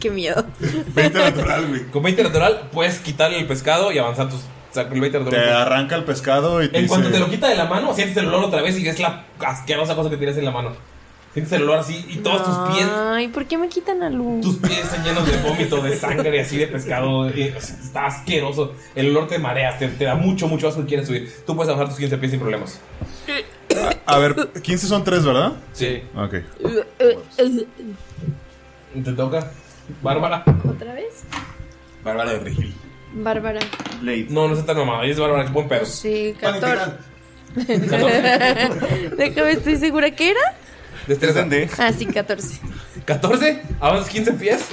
Speaker 8: Qué miedo.
Speaker 10: 20 natural, güey.
Speaker 2: Con 20 natural puedes quitarle el pescado y avanzar tus. o sea, con el 20 natural.
Speaker 10: Te arranca el pescado y te
Speaker 2: En
Speaker 10: dice,
Speaker 2: cuanto te lo quita de la mano, sientes el olor otra vez y es la asquerosa cosa que tienes en la mano. Sientes el olor así y todos tus pies
Speaker 8: Ay, ¿por qué me quitan a luz?
Speaker 2: Tus pies están llenos de vómito, de sangre, así de pescado. eh, Está asqueroso. El olor te marea, te, te da mucho, mucho asco y quieres subir. Tú puedes avanzar tus 15 pies sin problemas.
Speaker 10: A ver, 15 son 3, ¿verdad?
Speaker 2: Sí.
Speaker 10: Ok.
Speaker 2: Te toca. Bárbara.
Speaker 8: ¿Otra vez?
Speaker 2: Bárbara de Rigil.
Speaker 8: Bárbara.
Speaker 2: No, no está tan mamada. ella Es Bárbara, que buen pedo.
Speaker 8: Sí, 14. Déjame, estoy segura que era.
Speaker 2: Destrezante.
Speaker 8: Ah, sí, 14.
Speaker 2: 14. Avanzas 15 pies.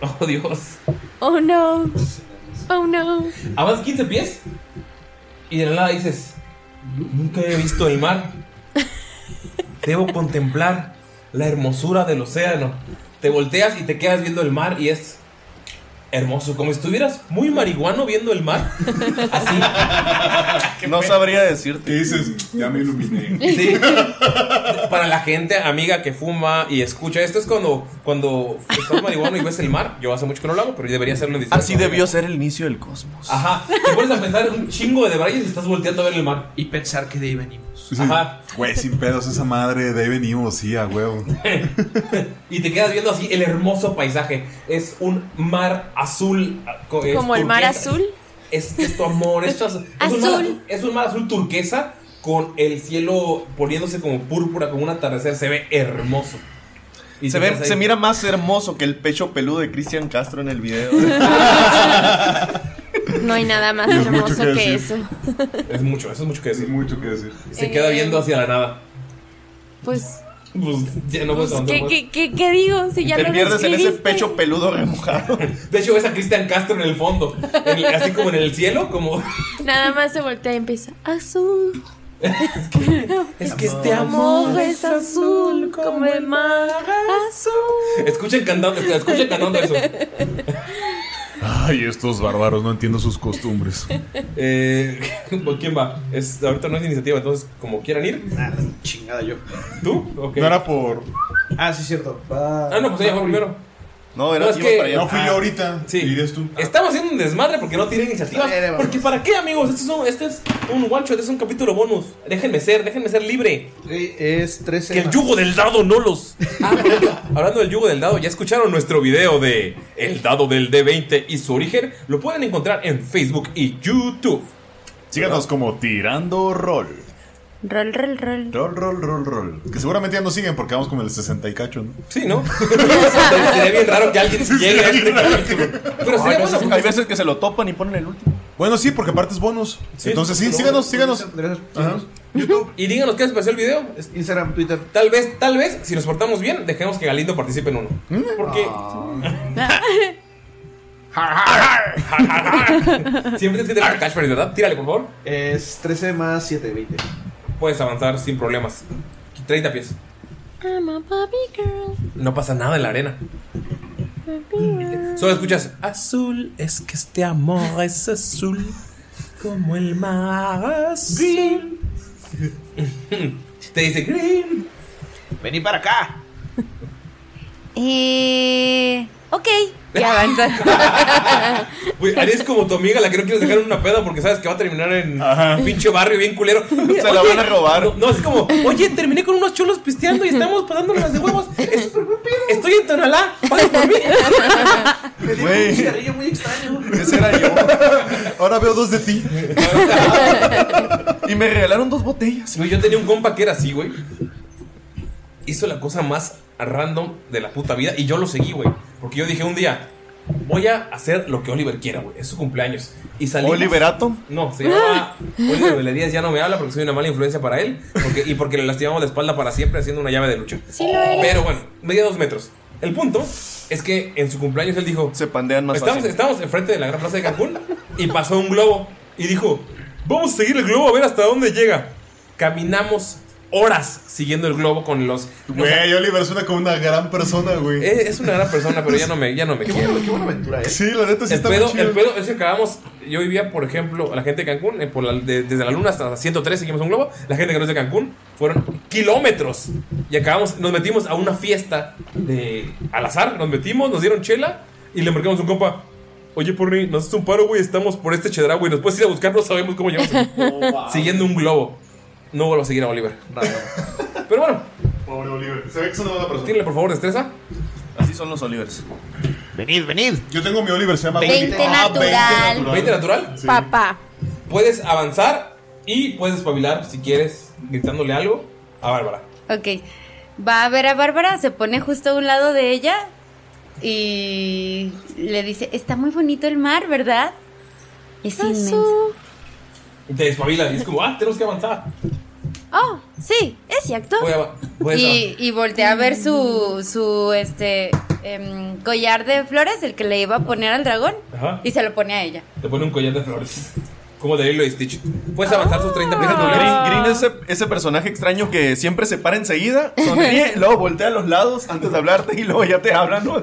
Speaker 2: Oh, Dios.
Speaker 8: Oh no. Oh no.
Speaker 2: Avanzas 15 pies. Y de la nada dices: Nunca he visto el mar. Debo contemplar la hermosura del océano. Te volteas y te quedas viendo el mar y es hermoso. Como si estuvieras muy marihuano viendo el mar. Así.
Speaker 6: No sabría decirte.
Speaker 2: Y
Speaker 10: dices, ya me iluminé.
Speaker 2: Sí. Para la gente amiga que fuma y escucha, esto es cuando, cuando estás marihuano y ves el mar. Yo hace mucho que no lo hago, pero yo debería hacerlo en
Speaker 6: Así debió ser el inicio del cosmos.
Speaker 2: Ajá, te pones a pensar un chingo de debrayes y estás volteando a ver el mar.
Speaker 4: Y pensar que de ahí venimos.
Speaker 10: Pues Sí. Güey, sin pedos esa madre, de ahí venimos, sí, a huevo.
Speaker 2: Y te quedas viendo así el hermoso paisaje. Es un mar azul. co- es
Speaker 8: Como el mar
Speaker 2: turquesa.
Speaker 8: azul.
Speaker 2: Es, es tu amor. es tu az- es un mar
Speaker 8: Azul.
Speaker 2: azul- es un mar azul turquesa con el cielo poniéndose como púrpura, como un atardecer. Se ve hermoso. Y
Speaker 6: se,
Speaker 2: te
Speaker 6: ve,
Speaker 2: quedas ahí.
Speaker 6: se mira más hermoso que el pecho peludo de Cristian Castro en el video.
Speaker 8: No hay nada más
Speaker 6: No es
Speaker 8: hermoso
Speaker 6: mucho
Speaker 8: que,
Speaker 6: que
Speaker 8: eso.
Speaker 6: decir.
Speaker 2: Es mucho, eso es mucho que decir.
Speaker 10: mucho que decir.
Speaker 2: Se queda
Speaker 8: Eh.
Speaker 2: viendo hacia la nada.
Speaker 8: Pues,
Speaker 2: Pues ya no puedes avanzar
Speaker 8: ¿qué,
Speaker 2: más.
Speaker 8: qué, qué, qué digo? Si ya
Speaker 2: Te
Speaker 8: lo
Speaker 2: pierdes en ese
Speaker 8: describiste.
Speaker 6: pecho peludo remojado.
Speaker 2: De hecho, ves a Cristian Castro en el fondo. en el- así como en el cielo, como.
Speaker 8: Nada más se voltea y empieza azul.
Speaker 2: Es que este amor es
Speaker 8: azul como el mar azul.
Speaker 2: Escuchen cantando, escuchen cantando eso.
Speaker 10: Ay, estos bárbaros, no entiendo sus costumbres.
Speaker 2: Eh, ¿por ¿Quién va? Es, ahorita no es iniciativa, entonces como quieran ir.
Speaker 3: chingada yo.
Speaker 2: ¿Tú? Ok.
Speaker 10: No era por.
Speaker 3: Ah, sí, cierto.
Speaker 2: Ah, no, pues ella fue primero.
Speaker 6: No,
Speaker 2: era-
Speaker 10: No,
Speaker 2: es que-
Speaker 10: no fui
Speaker 2: Ah.
Speaker 10: yo ahorita.
Speaker 2: Sí.
Speaker 10: Dirías tú.
Speaker 2: Estamos haciendo un desmadre porque no tiene iniciativas. Porque para qué, amigos, este es un, este es un one shot, este es un capítulo bonus. Déjenme ser, déjenme ser libre.
Speaker 3: Es 13.
Speaker 2: Que el yugo del dado no los. Hablando del yugo del dado, ya escucharon nuestro video de El dado del D20 y su origen. Lo pueden encontrar en Facebook y YouTube.
Speaker 10: Síganos como Tirando Rol.
Speaker 9: Rol, rol, rol.
Speaker 10: Roll, roll, roll, roll. Que seguramente ya nos siguen porque vamos con el 60 y cacho, ¿no?
Speaker 2: Sí, ¿no? Sería bien raro que alguien llegue a este capítulo. Pero
Speaker 6: hay,
Speaker 2: sería bueno
Speaker 6: veces, Ah, hay veces que se lo topan y ponen el último.
Speaker 10: Bueno, sí, porque aparte es bonus. Entonces sí, síganos, síganos. Ajá.
Speaker 2: YouTube. Y díganos qué les pareció el video.
Speaker 3: Instagram, Twitter.
Speaker 2: Tal vez, tal vez, si nos portamos bien, dejemos que Galindo participe en uno. Porque siempre tienes que tener catchphrase, ¿verdad? Tírale, por favor.
Speaker 3: Es 13 más 7, 20.
Speaker 2: Puedes avanzar sin problemas. 30 pies.
Speaker 8: I'm a Bobby girl.
Speaker 2: No pasa nada en la arena. Solo escuchas azul, es que este amor es azul como el mar azul. Te dice Green.
Speaker 3: Vení para acá.
Speaker 9: Eh, ok, ya avanza.
Speaker 2: Ah, Güey, Ari es como tu amiga, la que no quieres dejar en una peda porque sabes que va a terminar en un pinche barrio bien culero. Se la van a robar. No, no, es como, oye, terminé con unos chulos pisteando y estamos pasándonos de huevos. Es- Estoy en Tonalá, pagas por mí.
Speaker 10: Güey.
Speaker 6: Ese era yo.
Speaker 10: Ahora veo dos de ti.
Speaker 2: Y me regalaron dos botellas. yo tenía un compa que era así, güey. Hizo la cosa más random de la puta vida y yo lo seguí, güey. Porque yo dije un día, voy a hacer lo que Oliver quiera, güey. Es su cumpleaños. Y salí.
Speaker 6: ¿Oliver Atom?
Speaker 2: No, se
Speaker 8: Ah.
Speaker 2: llamaba Oliver Veledias. Ya no me habla porque soy una mala influencia para él. porque- y porque le lastimamos la espalda para siempre haciendo una llave de lucha.
Speaker 8: Sí lo eres.
Speaker 2: Pero bueno, media dos metros. El punto es que en su cumpleaños él dijo: Se pandean
Speaker 6: más
Speaker 2: estamos,
Speaker 6: fácil".
Speaker 2: Estamos enfrente de la gran plaza de Cancún y pasó un globo y dijo: Vamos a seguir el globo a ver hasta dónde llega. Caminamos horas siguiendo el globo con los.
Speaker 10: Güey, Oliver suena como una gran persona, güey.
Speaker 2: Eh, Es una gran persona, pero ya no me, ya no me quiere.
Speaker 10: Sí, la neta sí
Speaker 2: el
Speaker 10: está
Speaker 2: pedo,
Speaker 10: muy chido.
Speaker 2: El pedo es que acabamos. Yo vivía, por ejemplo, la gente de Cancún, eh, por la- de- desde la luna hasta la 103, seguimos un globo. La gente que no es de Cancún fueron kilómetros. Y acabamos, nos metimos a una fiesta de al azar. Nos metimos, nos dieron chela y le marcamos un compa. Oye, Porni, nos haces un paro, güey. Estamos por este chedra, güey. Nos puedes ir a buscar, no sabemos cómo llegamos.
Speaker 10: Oh,
Speaker 2: Siguiendo un globo. No vuelvo a seguir a Oliver. Pero bueno.
Speaker 10: Pobre Oliver. Se ve que es una buena persona.
Speaker 2: Tírale, por favor, destreza.
Speaker 6: Así son los Olivers.
Speaker 2: Venid, venid.
Speaker 10: Yo tengo mi Oliver, se llama
Speaker 2: 20
Speaker 10: Willy. Ah,
Speaker 2: natural. 20 natural.
Speaker 11: Papá.
Speaker 2: Puedes avanzar y puedes espabilar si quieres, gritándole algo a Bárbara.
Speaker 9: Ok. Va a ver a Bárbara, se pone justo a un lado de ella y le dice, está muy bonito el mar, ¿verdad? Es inmenso.
Speaker 2: Y te despabilas y es como, ah, tenemos que avanzar.
Speaker 9: Oh, sí, es cierto.
Speaker 2: Voy a- voy a-
Speaker 9: Y, y voltea a ver su, su este em, collar de flores, el que le iba a poner al dragón,
Speaker 2: Ajá.
Speaker 9: y se lo pone a ella.
Speaker 2: Te pone un collar de flores. Como de Lilo y Stitch. Puedes avanzar sus 30 pies
Speaker 6: Green, Green es ese, ese personaje extraño que siempre se para enseguida, sonríe, luego voltea a los lados antes de hablarte y luego ya te hablan, ¿no?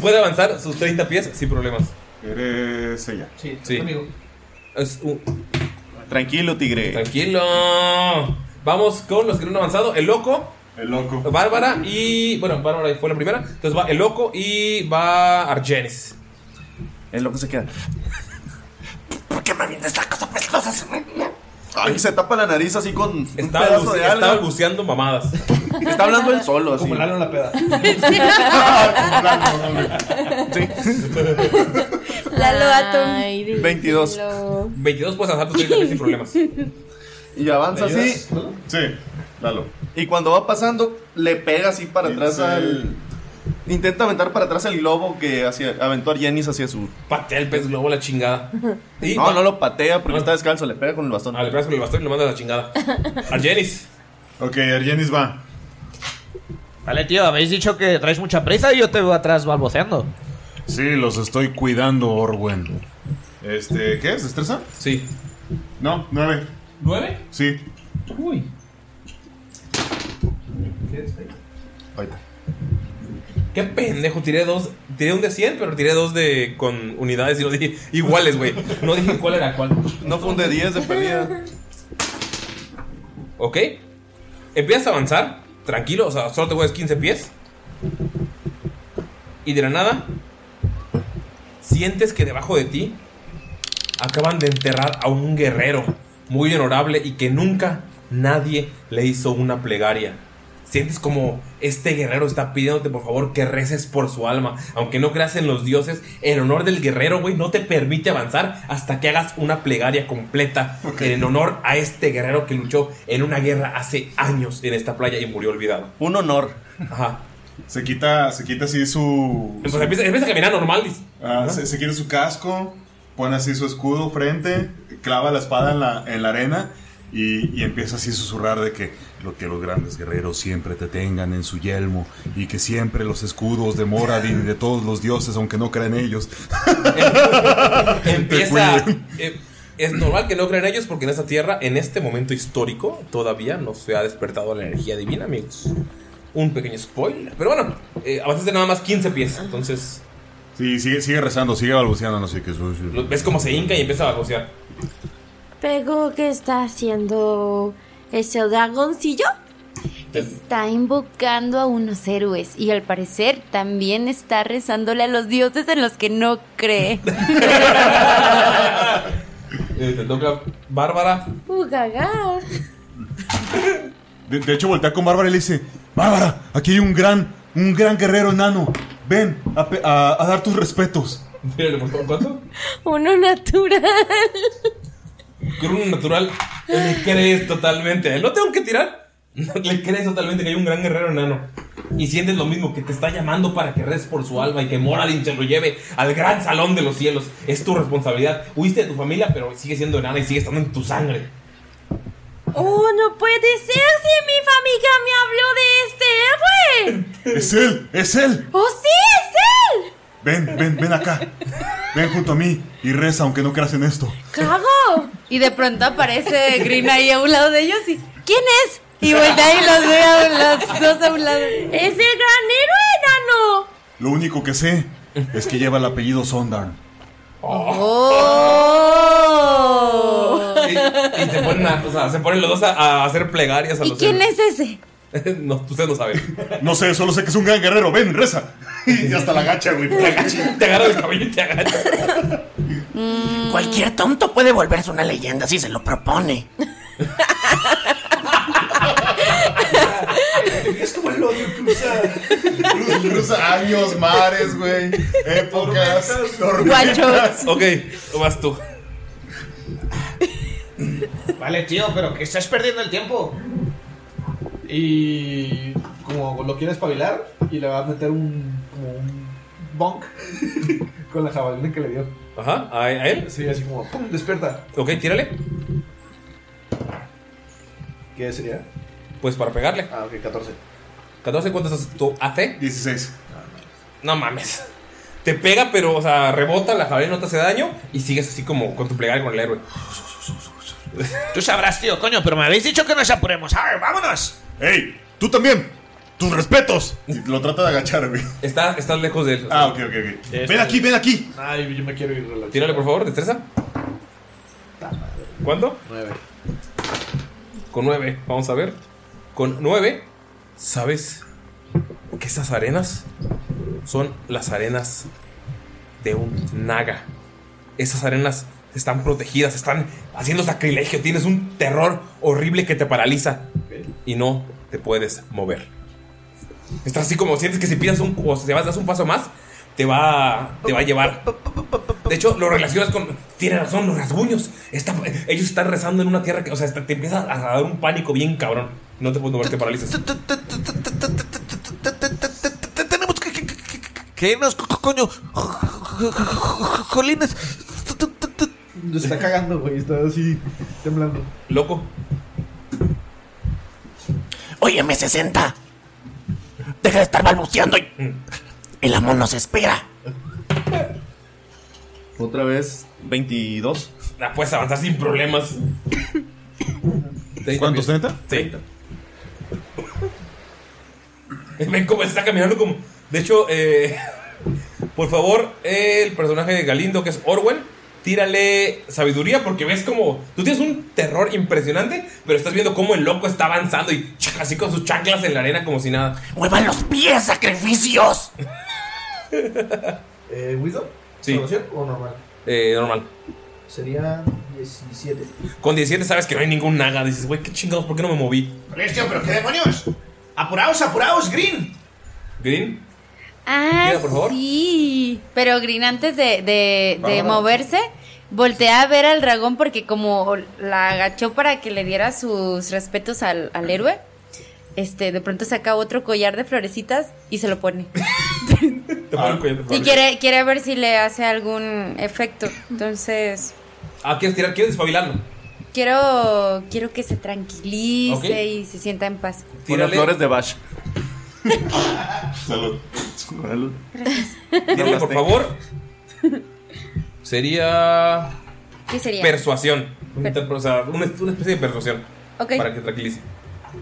Speaker 2: Puede avanzar sus 30 pies sin problemas.
Speaker 10: Eres ella.
Speaker 3: Sí,
Speaker 2: conmigo.
Speaker 6: Tranquilo, tigre.
Speaker 2: Tranquilo. Vamos con los que no han avanzado. El loco.
Speaker 10: El loco.
Speaker 2: Bárbara y. Bueno, Bárbara fue la primera. Entonces va el loco y va Argenis.
Speaker 6: El loco se queda. Ay, se tapa la nariz así con
Speaker 2: Estaba,
Speaker 6: un pedazo
Speaker 2: buce-
Speaker 6: de
Speaker 2: estaba
Speaker 6: ala.
Speaker 2: buceando mamadas.
Speaker 6: Está hablando él solo, así.
Speaker 2: Como el ala
Speaker 3: en la peda.
Speaker 9: Lalo Atom.
Speaker 6: 22.
Speaker 2: 22 puedes avanzar tus 30 pies sin problemas.
Speaker 6: Y avanza
Speaker 2: ¿Me
Speaker 6: así.
Speaker 2: ayudas?
Speaker 6: Sí, dalo. Y cuando va pasando, le pega así para atrás al. Intenta aventar para atrás el globo que hacia, aventó a Jenny hacia su.
Speaker 2: Patea el pez globo la chingada. Y-
Speaker 6: no, no lo patea porque está descalzo, le pega con el bastón.
Speaker 2: Ah, le pegas con el bastón y lo mandas a la chingada. Argenis.
Speaker 10: Ok, Argenis va.
Speaker 15: Vale, tío, habéis dicho que traes mucha prisa y yo te veo atrás balbuceando.
Speaker 10: Sí, los estoy cuidando, Orwen. Este, ¿qué es? ¿Destreza?
Speaker 2: Sí.
Speaker 10: No, nueve.
Speaker 2: ¿Nueve?
Speaker 10: Sí.
Speaker 2: Uy. Qué pendejo, tiré dos. Tiré un de 100, pero tiré dos de con unidades y no dije iguales, güey. No dije cuál era cuál.
Speaker 6: No fue un de 10 de perdida.
Speaker 2: Ok. Empiezas a avanzar, tranquilo, o sea, solo te mueves 15 pies. Y de la nada, sientes que debajo de ti acaban de enterrar a un guerrero muy honorable y que nunca nadie le hizo una plegaria. Sientes como este guerrero está pidiéndote por favor que reces por su alma. Aunque no creas en los dioses, el honor del guerrero, güey, no te permite avanzar hasta que hagas una plegaria completa en honor a este guerrero que luchó en una guerra hace años en esta playa y murió olvidado.
Speaker 6: Un honor.
Speaker 2: Ajá.
Speaker 5: Se quita, se quita así su.
Speaker 2: Pues
Speaker 5: su-
Speaker 2: empieza, empieza a caminar normal. dice.
Speaker 5: Ah, se, se quita su casco, pone así su escudo frente, clava la espada en la, en la arena y, y empieza así a susurrar de que lo que los grandes guerreros siempre te tengan en su yelmo y que siempre los escudos de Moradin y de todos los dioses, aunque no crean ellos.
Speaker 2: empieza. eh, es normal que no crean ellos porque en esta tierra, en este momento histórico, todavía no se ha despertado la energía divina, amigos. Un pequeño spoiler. Pero bueno, eh, avanzaste nada más 15 pies. Entonces,
Speaker 5: Sí, sigue, sigue rezando, sigue balbuceando, no sé qué. su- su-
Speaker 2: lo- ves cómo se hinca y empieza a negociar.
Speaker 8: Pero, ¿qué está haciendo ese dragoncillo?
Speaker 9: Está invocando a unos héroes y al parecer también está rezándole a los dioses en los que no cree.
Speaker 2: Eh, te toca Bárbara.
Speaker 8: Ugaga.
Speaker 5: De, de hecho, voltea con Bárbara y le dice: Bárbara, aquí hay un gran, un gran guerrero enano. Ven a, pe- a- a dar tus respetos.
Speaker 2: Mírale, por favor, ¿cuánto?
Speaker 8: Uno natural.
Speaker 2: Con un natural, le crees totalmente. No tengo que tirar. No, Le crees totalmente que hay un gran guerrero enano. Y sientes lo mismo, que te está llamando para que reces por su alma y que Moralin se lo lleve al gran salón de los cielos. Es tu responsabilidad. Huiste de tu familia, pero sigue siendo enana y sigue estando en tu sangre.
Speaker 8: Oh, no puede ser si mi familia me
Speaker 9: este
Speaker 8: habló de este héroe.
Speaker 5: Es él, es él.
Speaker 8: ¡Oh, sí, es él!
Speaker 5: Ven, ven, ven acá. Ven junto a mí y reza, aunque no creas en esto.
Speaker 12: ¡Cago! Y de pronto aparece Green ahí a un lado de ellos y. ¿Quién es? Y voltea y los ve a un- los dos a un lado.
Speaker 8: ¡Es el gran héroe, enano!
Speaker 5: Lo único que sé es que lleva el apellido Sondarn.
Speaker 9: ¡Oh!
Speaker 2: Y se ponen, a- o sea, se ponen los dos a, a hacer plegarias a
Speaker 9: ¿Y
Speaker 2: los
Speaker 9: quién es ese?
Speaker 2: héroes. No, ustedes no saben.
Speaker 5: No sé, solo sé que es un gran guerrero. Ven, reza. Y hasta la gacha, güey. Te agacha.
Speaker 2: Te agarra el cabello y te agacha.
Speaker 7: Mm. Cualquier tonto puede volverse una leyenda si se lo propone.
Speaker 5: Es como el odio cruza. Cruza años, mares, güey. Épocas. tormentas.
Speaker 2: Ok, vas tú.
Speaker 3: Vale, tío, pero que estás perdiendo el tiempo. Y como lo quieres espabilar y le vas a meter un como un bonk con la jabalina que le dio.
Speaker 2: Ajá, ¿a, a él?
Speaker 3: Sí, así como ¡pum! despierta.
Speaker 2: Ok, tírale.
Speaker 3: ¿Qué sería?
Speaker 2: Pues para pegarle.
Speaker 3: Ah, ok, 14.
Speaker 2: 14, ¿cuánto es tu AC?
Speaker 5: 16.
Speaker 2: No mames. Te pega, pero, o sea, rebota, la jabalina no te hace daño y sigues así como con tu plegaria con el héroe.
Speaker 4: Tú sabrás, tío, coño, pero me habéis dicho que nos apuremos. ¡Arr, vámonos!
Speaker 5: ¡Ey! ¡Tú también! ¡Tus respetos! Lo trata de agachar, güey.
Speaker 2: Está, estás lejos de él.
Speaker 5: Ah, ok, ok, ok. Ven aquí, ven aquí.
Speaker 3: Ay, yo me quiero ir relajado.
Speaker 2: Tírale, por favor, destreza. ¿Cuánto?
Speaker 3: 9.
Speaker 2: Con 9, vamos a ver. Con 9, ¿sabes que esas arenas son las arenas de un naga? Esas arenas están protegidas, están haciendo sacrilegio, tienes un terror horrible que te paraliza y no te puedes mover. Estás así como sientes que si pidas un o si vas das un paso más, te va te va a llevar. De hecho, lo relacionas con tiene razón, los rasguños. Está- ellos están rezando en una tierra que, o sea, está- te empieza a dar un pánico bien cabrón. No te puedes mover, te paralizas.
Speaker 4: ¿Qué nos co- co- coño? Jolines.
Speaker 3: Se está cagando, güey, está así temblando.
Speaker 2: Loco.
Speaker 7: Óyeme, 60. Deja de estar balbuceando y.
Speaker 10: Mm.
Speaker 7: El amor nos espera.
Speaker 6: Otra vez, 22.
Speaker 2: La puedes avanzar sin problemas.
Speaker 10: ¿Cuántos, 30?
Speaker 2: Sí. Ven cómo está caminando como. De hecho, eh, por favor, el personaje de Galindo, que es Orwell, tírale sabiduría porque ves como. Tú tienes un terror impresionante, pero estás viendo cómo el loco está avanzando y chac, así con sus chanclas en la arena como si nada.
Speaker 7: ¡Muevan los pies, sacrificios!
Speaker 3: Eh, ¿Wisdom?
Speaker 2: Sí.
Speaker 3: ¿Salvación o normal?
Speaker 2: Eh, normal.
Speaker 3: Sería 17.
Speaker 2: Con 17 sabes que no hay ningún naga. Dices, güey, qué chingados, ¿por qué no me moví?
Speaker 15: Pero, tío, pero qué demonios.
Speaker 4: Apuraos, apuraos, Green.
Speaker 2: Green.
Speaker 16: Ah,
Speaker 2: Mira, por favor.
Speaker 16: sí.
Speaker 9: Pero Green, antes de, de- de
Speaker 2: Vámonos.
Speaker 9: moverse, voltea a ver al dragón porque como la agachó para que le diera sus respetos al, al héroe, este, de pronto saca otro collar de florecitas y se lo pone.
Speaker 2: ah,
Speaker 9: Y quiere, quiere ver si le hace algún efecto. Entonces,
Speaker 2: Ah, quieres tirar, quieres despabilarlo.
Speaker 9: quiero, quiero que se tranquilice
Speaker 2: Ok.
Speaker 9: y se sienta en paz.
Speaker 2: Tírale.
Speaker 6: flores de
Speaker 2: Bash.
Speaker 17: Salud. Salud.
Speaker 2: Tírale, por favor. Sería.
Speaker 9: ¿Qué sería?
Speaker 2: Persuasión. Un inter- o sea, una, una especie de persuasión.
Speaker 9: Ok.
Speaker 2: Para que tranquilice.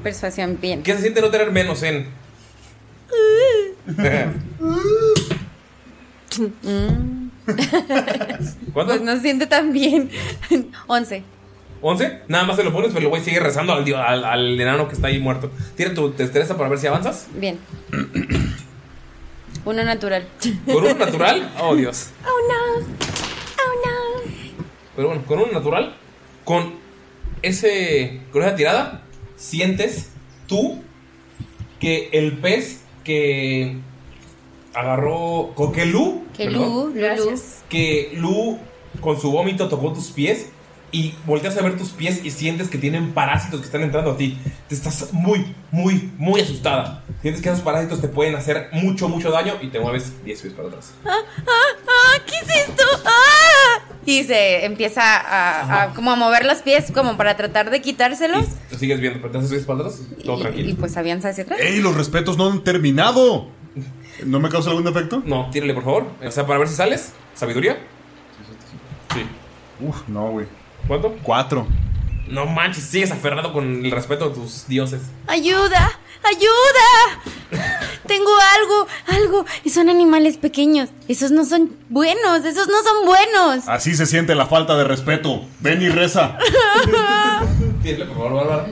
Speaker 9: Persuasión, bien.
Speaker 2: ¿Qué se siente no tener menos en?
Speaker 9: Mm.
Speaker 2: ¿Cuánto?
Speaker 9: Pues no se siente tan bien. 11.
Speaker 2: ¿11? Nada más se lo pones, pero el güey sigue rezando al, dio- al, al enano que está ahí muerto. Tira tu destreza para ver si avanzas.
Speaker 9: Bien. Uno natural.
Speaker 2: ¿Con un natural? Oh, Dios.
Speaker 9: Oh no.
Speaker 16: Oh,
Speaker 2: Pero bueno, con un natural, con ese. Con esa tirada, sientes tú que el pez que agarró. Con que Lu.
Speaker 9: Que
Speaker 2: perdón,
Speaker 9: Lu, Lulu.
Speaker 2: que Lu con su vómito tocó tus pies y volteas a ver tus pies y sientes que tienen parásitos que están entrando a ti. Te estás muy, muy, muy asustada. Sientes que esos parásitos te pueden hacer mucho, mucho daño y te mueves 10 pies para atrás.
Speaker 9: Ah, ah, ah, ¿Qué es esto? ¡Ah! Y se empieza a, a como a mover los pies como para tratar de quitárselos.
Speaker 2: Lo sigues viendo, pero te haces 10 para atrás, todo
Speaker 9: Y,
Speaker 2: tranquilo.
Speaker 9: y, pues avianza hacia
Speaker 16: Eh.
Speaker 9: atrás.
Speaker 5: ¡Ey, los respetos no han terminado!
Speaker 2: ¿No me causa algún efecto? No, tírale por favor. O sea, para ver si sales. ¿Sabiduría? Sí.
Speaker 5: Uf, no, güey.
Speaker 2: ¿Cuánto?
Speaker 5: Cuatro.
Speaker 2: No manches, sigues aferrado con el respeto de tus dioses.
Speaker 16: ¡Ayuda! ¡Ayuda! Tengo algo, algo. Y son animales pequeños. Esos no son buenos, esos no son buenos.
Speaker 5: Así se siente la falta de respeto. Ven y reza.
Speaker 2: Tírale por favor, Bárbara.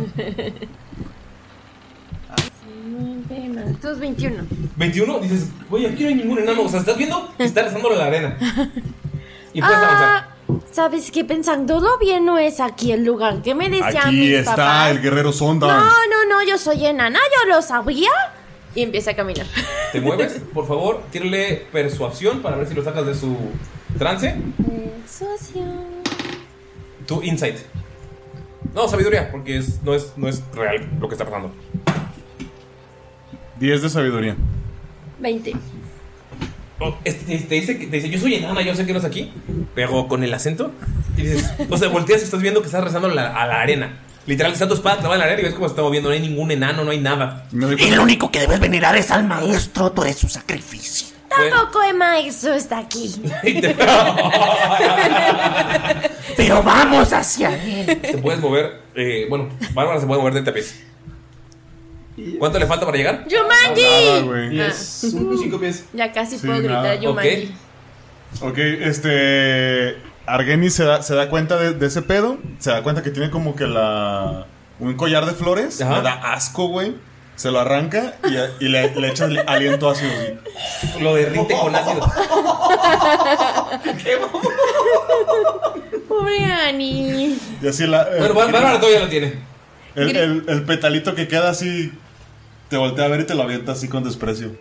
Speaker 18: Tú es 21.
Speaker 2: 21, dices, oye, aquí no hay ningún enano. O sea, estás viendo que está rezando la arena. Y puedes avanzar.
Speaker 8: Ah, ¿Sabes qué? Pensándolo bien, no es aquí el lugar que me decían
Speaker 5: Aquí
Speaker 8: mis
Speaker 5: está
Speaker 8: papás.
Speaker 5: el guerrero
Speaker 8: No,
Speaker 5: Sonda.
Speaker 8: no, no, yo soy enana, yo lo sabía. Y empieza a caminar.
Speaker 2: Te mueves, por favor, tírale persuasión para ver si lo sacas de su trance. Tu insight. No, sabiduría, porque es, no, es, no es real lo que está pasando.
Speaker 5: 10 de sabiduría.
Speaker 8: 20.
Speaker 2: Oh, este, te, dice, que- te dice, yo soy enana, yo sé que no es aquí, pero con el acento. Y dices, o sea, volteas y estás viendo que estás rezando la- a la arena. Literal, está tu espada clavada en la arena y ves cómo se está moviendo. No hay ningún enano, no hay nada.
Speaker 8: El único
Speaker 2: que debes venerar es al maestro por su sacrificio.
Speaker 8: Tampoco Emma, eso está aquí.
Speaker 2: Pero
Speaker 8: Vamos hacia él.
Speaker 2: Te puedes mover. eh, bueno, Bárbara se puede mover del tapiz. ¿Cuánto le falta para llegar?
Speaker 8: ¡Yumanji!
Speaker 5: Diez.
Speaker 8: Cinco
Speaker 6: pies.
Speaker 8: Ya casi
Speaker 5: Sí,
Speaker 8: puedo
Speaker 5: nada.
Speaker 8: gritar Yumanji.
Speaker 5: Ok, este. Argenis se da, se da cuenta de, de ese pedo. Se da cuenta que tiene como que la. Un collar de flores. Le da asco, güey. Se lo arranca y, y le, le echa ali- aliento ácido.
Speaker 2: Lo derrite con ácido.
Speaker 8: Pobre Ani.
Speaker 5: Y así la. eh,
Speaker 2: Bueno, Bár- Bárbara todavía lo tiene.
Speaker 5: El, el- el petalito que queda así. Te voltea a ver y te lo avienta así con desprecio.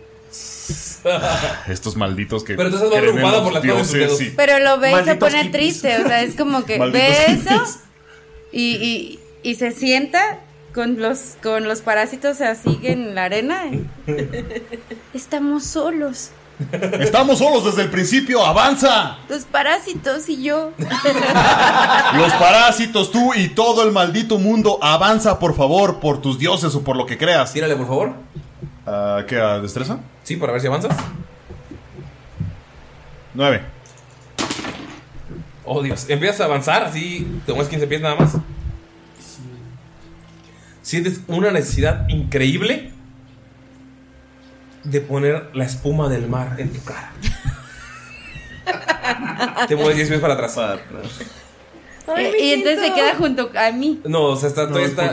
Speaker 5: Estos malditos que.
Speaker 2: Pero tú estás más
Speaker 5: creen en
Speaker 2: preocupada
Speaker 5: los
Speaker 2: por las flores de
Speaker 5: dioses
Speaker 2: tus
Speaker 5: y-
Speaker 9: Pero lo ve y se
Speaker 5: Malditos
Speaker 9: pone
Speaker 5: hippies.
Speaker 9: triste. O sea, es como que ve
Speaker 5: Malditos
Speaker 9: eso y, y- y se sienta con los, con los parásitos así en la arena. Estamos solos.
Speaker 5: Estamos solos desde el principio, avanza.
Speaker 9: Los parásitos y yo.
Speaker 5: Los parásitos, tú y todo el maldito mundo, avanza por favor por tus dioses o por lo que creas.
Speaker 2: Tírale por favor.
Speaker 5: Ah, ¿Qué? ¿A destreza?
Speaker 2: Sí, para ver si avanzas.
Speaker 5: 9.
Speaker 2: Oh, Dios. Empiezas a avanzar, así te mueves 15 pies nada más. Sientes una necesidad increíble de poner la espuma del mar en tu cara. te mueves 10 pies para atrás.
Speaker 6: Ah, pues,
Speaker 9: Eh, y entonces se queda junto a mí.
Speaker 2: No, o sea, está, todavía está.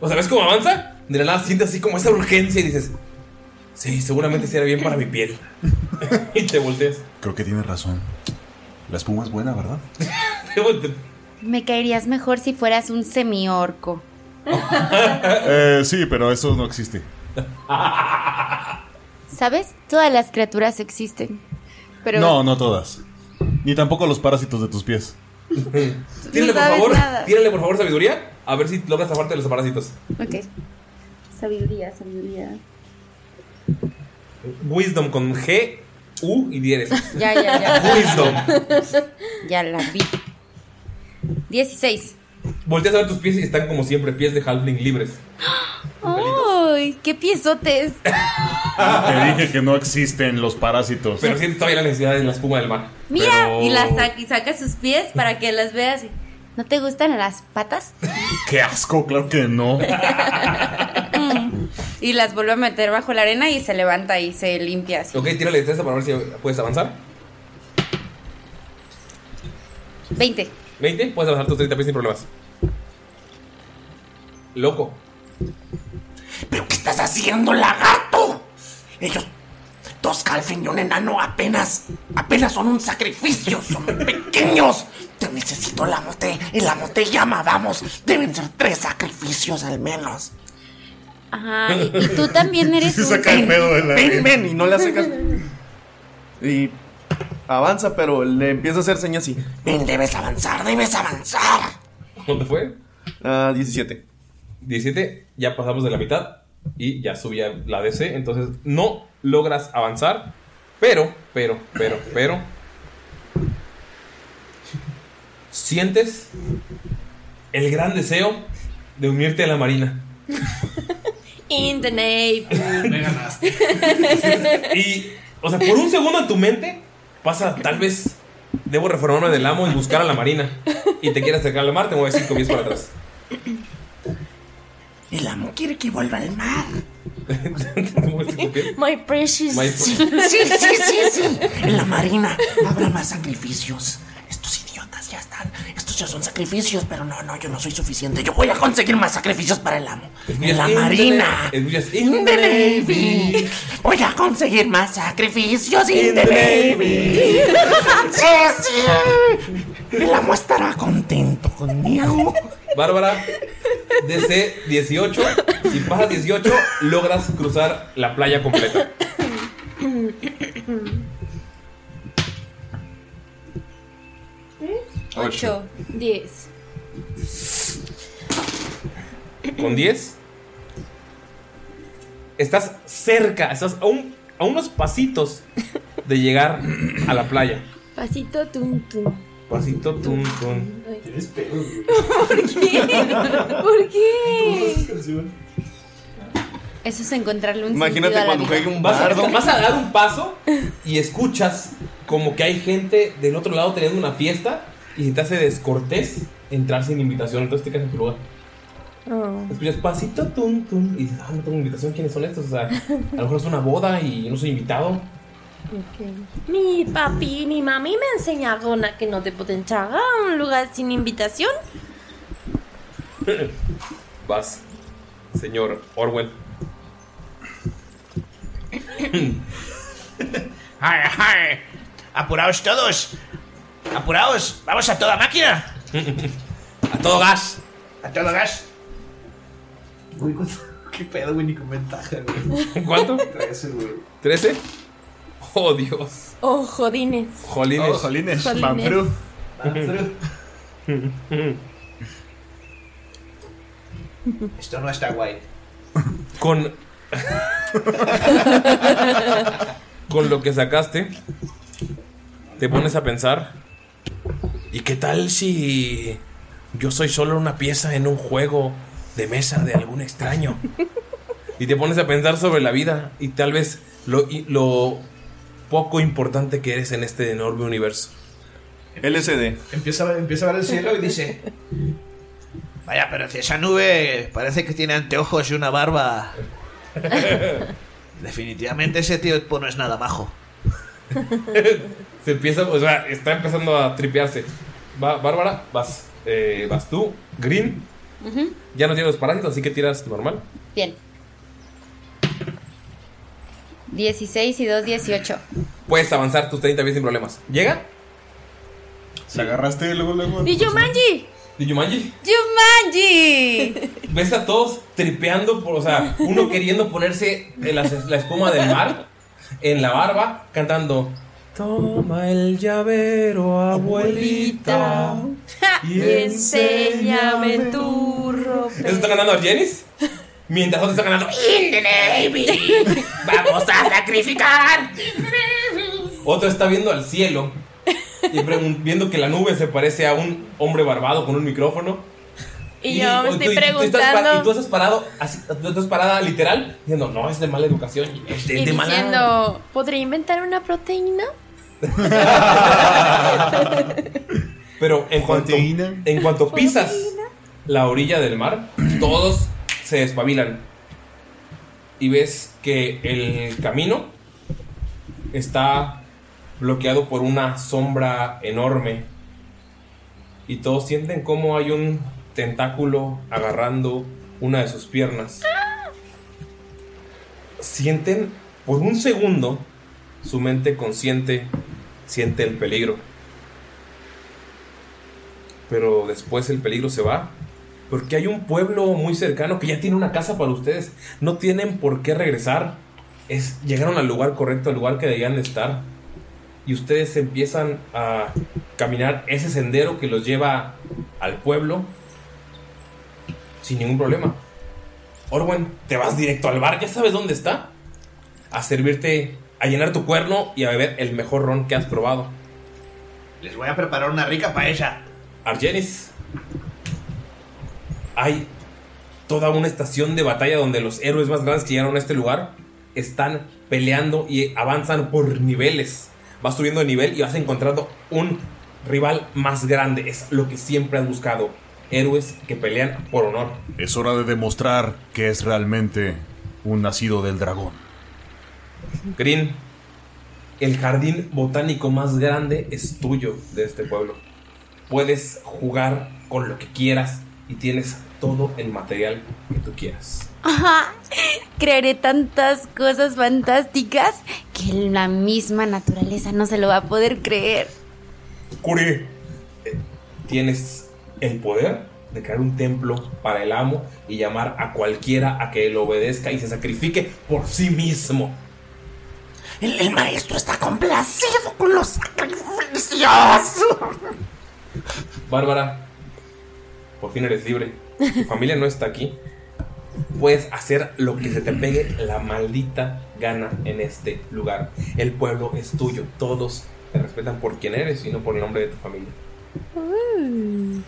Speaker 2: O sea, ¿ves cómo avanza? De la nada sientes así como esa urgencia y dices, sí, seguramente será bien para mi piel. y te volteas.
Speaker 5: Creo que tienes razón. La espuma es buena, ¿verdad?
Speaker 2: Te volteas.
Speaker 16: Me caerías mejor si fueras un semi-orco.
Speaker 5: Eh, sí, pero eso no existe.
Speaker 9: ¿Sabes? Todas las criaturas existen. Pero
Speaker 10: No, no todas. Ni tampoco los parásitos de tus pies.
Speaker 2: Tírale, por
Speaker 9: sabes
Speaker 2: favor,
Speaker 9: nada.
Speaker 2: tírale, por favor, sabiduría. A ver si logras zafarte de los parásitos.
Speaker 9: Ok.
Speaker 12: Sabiduría, sabiduría.
Speaker 2: Wisdom con G, U y dieces.
Speaker 12: Ya, ya, ya.
Speaker 2: Wisdom.
Speaker 12: ya la vi.
Speaker 9: 16.
Speaker 2: Volteas a ver tus pies y están como siempre, pies de halfling libres.
Speaker 9: ¡Ay! ¡Qué piezotes!
Speaker 5: Te dije que no existen los parásitos.
Speaker 2: Pero sientes todavía la necesidad de la espuma del mar.
Speaker 9: Mira,
Speaker 5: Pero-
Speaker 9: y la saca, y saca sus pies para que las veas. y, ¿No te gustan las patas?
Speaker 5: Qué asco, claro que no.
Speaker 12: Y las vuelve a meter bajo la arena y se levanta y se limpia así.
Speaker 2: Ok, tírale destreza para ver si puedes avanzar.
Speaker 12: 20.
Speaker 2: 20, puedes avanzar tus 30 pies sin problemas. Loco.
Speaker 7: ¿Qué estás haciendo, lagarto? Ellos, dos calfin y un enano, apenas, apenas son un sacrificio, son pequeños. Te necesito el amo, te, el amo te llama, vamos. Deben ser tres sacrificios al menos.
Speaker 9: Ay, y tú también eres un...
Speaker 6: el pedo de la
Speaker 7: Ven, ven,
Speaker 6: y no le hace caso. Y avanza, pero le empieza a hacer señas así.
Speaker 7: Ven, debes avanzar, debes avanzar.
Speaker 2: ¿Cuánto fue?
Speaker 6: Ah, 17.
Speaker 2: 17, ya pasamos de la mitad y ya subía la DC, entonces no logras avanzar, pero, pero, pero, pero, sientes el gran deseo de unirte a la Marina.
Speaker 11: In the name.
Speaker 2: Me ganaste. Y, o sea, por un segundo en tu mente pasa, tal vez, debo reformarme del amo y buscar a la Marina. Y te quieres acercar al mar, te mueves 5 pies para atrás.
Speaker 7: El amo quiere que vuelva al mar.
Speaker 11: My precious.
Speaker 2: My
Speaker 7: sí,
Speaker 2: precious.
Speaker 7: sí, sí, sí, sí. En la marina habrá más sacrificios. Estos idiotas ya están. Estos ya son sacrificios, pero no, no, yo no soy suficiente. Yo voy a conseguir más sacrificios para el amo. En la
Speaker 2: Escuchas,
Speaker 7: marina.
Speaker 2: "In the name", escuchas,
Speaker 7: In the Navy. Voy a conseguir más sacrificios. In,
Speaker 2: In
Speaker 7: the,
Speaker 2: the
Speaker 7: Navy.
Speaker 2: Navy.
Speaker 7: sí, sí. El amo estará contento conmigo.
Speaker 2: Bárbara, DC 18. Si pasas 18, logras cruzar la playa completa. Ocho.
Speaker 11: 10.
Speaker 2: Con 10. Estás cerca, estás a, un- a unos pasitos de llegar a la playa.
Speaker 11: Pasito tum tum.
Speaker 2: Pasito tum tum.
Speaker 11: Ay. ¿Por qué? ¿Por qué?
Speaker 9: Eso es encontrarle un sentido
Speaker 2: Imagínate
Speaker 9: a la
Speaker 2: cuando
Speaker 9: vida.
Speaker 2: juegue un bardo. Vas a dar un paso y escuchas como que hay gente del otro lado teniendo una fiesta y se te hace descortés entrar sin invitación, entonces te quedas en tu lugar.
Speaker 11: Oh.
Speaker 2: Escuchas pasito tum tum y dices, ah, no tengo invitación, ¿quiénes son estos? O sea, a lo mejor es una boda y no soy invitado.
Speaker 11: Mi papi y mi mami me enseñaron a que no te pueden entrar a un lugar sin invitación.
Speaker 2: Vas, señor Orwell.
Speaker 4: Ay, ay. Apuraos todos. Apuraos. Vamos a toda máquina.
Speaker 2: A todo gas.
Speaker 4: A todo gas.
Speaker 3: Uy, ¿cuánto? qué pedo, güey, ni con ventaja, güey.
Speaker 2: ¿Cuánto?
Speaker 3: Trece, güey.
Speaker 2: ¿13? Oh, Dios.
Speaker 11: Oh, jodines.
Speaker 2: Jolines.
Speaker 3: Oh, jolines.
Speaker 11: Jolines. Manfru.
Speaker 3: Esto no está guay.
Speaker 2: Con. Con lo que sacaste, te pones a pensar. ¿Y qué tal si yo soy solo una pieza en un juego de mesa de algún extraño? Y te pones a pensar sobre la vida y tal vez lo, y lo poco importante que eres en este enorme universo.
Speaker 6: LSD.
Speaker 3: Empieza, a ver- empieza a ver el cielo y dice: Vaya, pero si esa nube parece que tiene anteojos y una barba. Definitivamente ese tipo no es nada majo.
Speaker 2: Se empieza, o sea, está empezando a tripearse. Va, Bárbara, vas, eh, vas tú. Green,
Speaker 12: Ujú.
Speaker 2: ya no tienes los parásitos, así que tiras normal.
Speaker 12: Bien. 16 y 2, 18.
Speaker 2: Puedes avanzar tus 30 pies sin problemas. ¿Llega?
Speaker 5: ¿Se agarraste luego, luego?
Speaker 11: ¡Y yo, Manji!
Speaker 2: ¿De Yumanji?
Speaker 12: ¡Yumanji!
Speaker 2: ¿Ves a todos tripeando? Por, o sea, uno queriendo ponerse la, la espuma del mar en la barba, cantando. Toma el llavero, abuelita.
Speaker 8: Y enséñame tu
Speaker 2: ¿Eso está ganando Jennys? Mientras otros están ganando.
Speaker 8: In the Navy. Vamos a sacrificar.
Speaker 2: Otro está viendo al cielo y pregun- viendo que la nube se parece a un hombre barbado con un micrófono.
Speaker 8: Y yo me
Speaker 2: tú-
Speaker 8: estoy
Speaker 2: tú estás pa- y tú
Speaker 8: preguntando
Speaker 2: estás parado, así, tú estás parada literal, diciendo, no, es de mala educación. Es de,
Speaker 8: y
Speaker 2: de mala.
Speaker 8: diciendo, ¿podría inventar una proteína?
Speaker 2: Pero en cuanto, en cuanto pisas la orilla del mar, todos se despabilan. Y ves que el camino está bloqueado por una sombra enorme. Y todos sienten como hay un tentáculo agarrando una de sus piernas. Sienten por un segundo su mente consciente siente el peligro. Pero después el peligro se va. Porque hay un pueblo muy cercano que ya tiene una casa para ustedes. No tienen por qué regresar. Es, llegaron al lugar correcto, al lugar que debían de estar. Y ustedes empiezan a caminar ese sendero que los lleva al pueblo sin ningún problema. Orwen, te vas directo al bar, ya sabes dónde está. A servirte, a llenar tu cuerno y a beber el mejor ron que has probado.
Speaker 19: Les voy a preparar una rica paella.
Speaker 2: Argenis. Hay toda una estación de batalla donde los héroes más grandes que llegaron a este lugar están peleando y avanzan por niveles. Vas subiendo de nivel y vas encontrando un rival más grande. Es lo que siempre has buscado. Héroes que pelean por honor.
Speaker 5: Es hora de demostrar que es realmente un nacido del dragón.
Speaker 2: Green, el jardín botánico más grande es tuyo de este pueblo. Puedes jugar con lo que quieras y tienes todo el material que tú quieras.
Speaker 9: Ajá. Crearé tantas cosas fantásticas que la misma naturaleza no se lo va a poder creer.
Speaker 2: Curi, eh, tienes el poder de crear un templo para el amo y llamar a cualquiera a que lo obedezca y se sacrifique por sí mismo.
Speaker 8: El, el maestro está complacido con los sacrificios.
Speaker 2: Bárbara, por fin eres libre. Tu familia no está aquí. Puedes hacer lo que se te pegue la maldita gana en este lugar. El pueblo es tuyo. Todos te respetan por quien eres y no por el nombre de tu familia.
Speaker 8: Mm.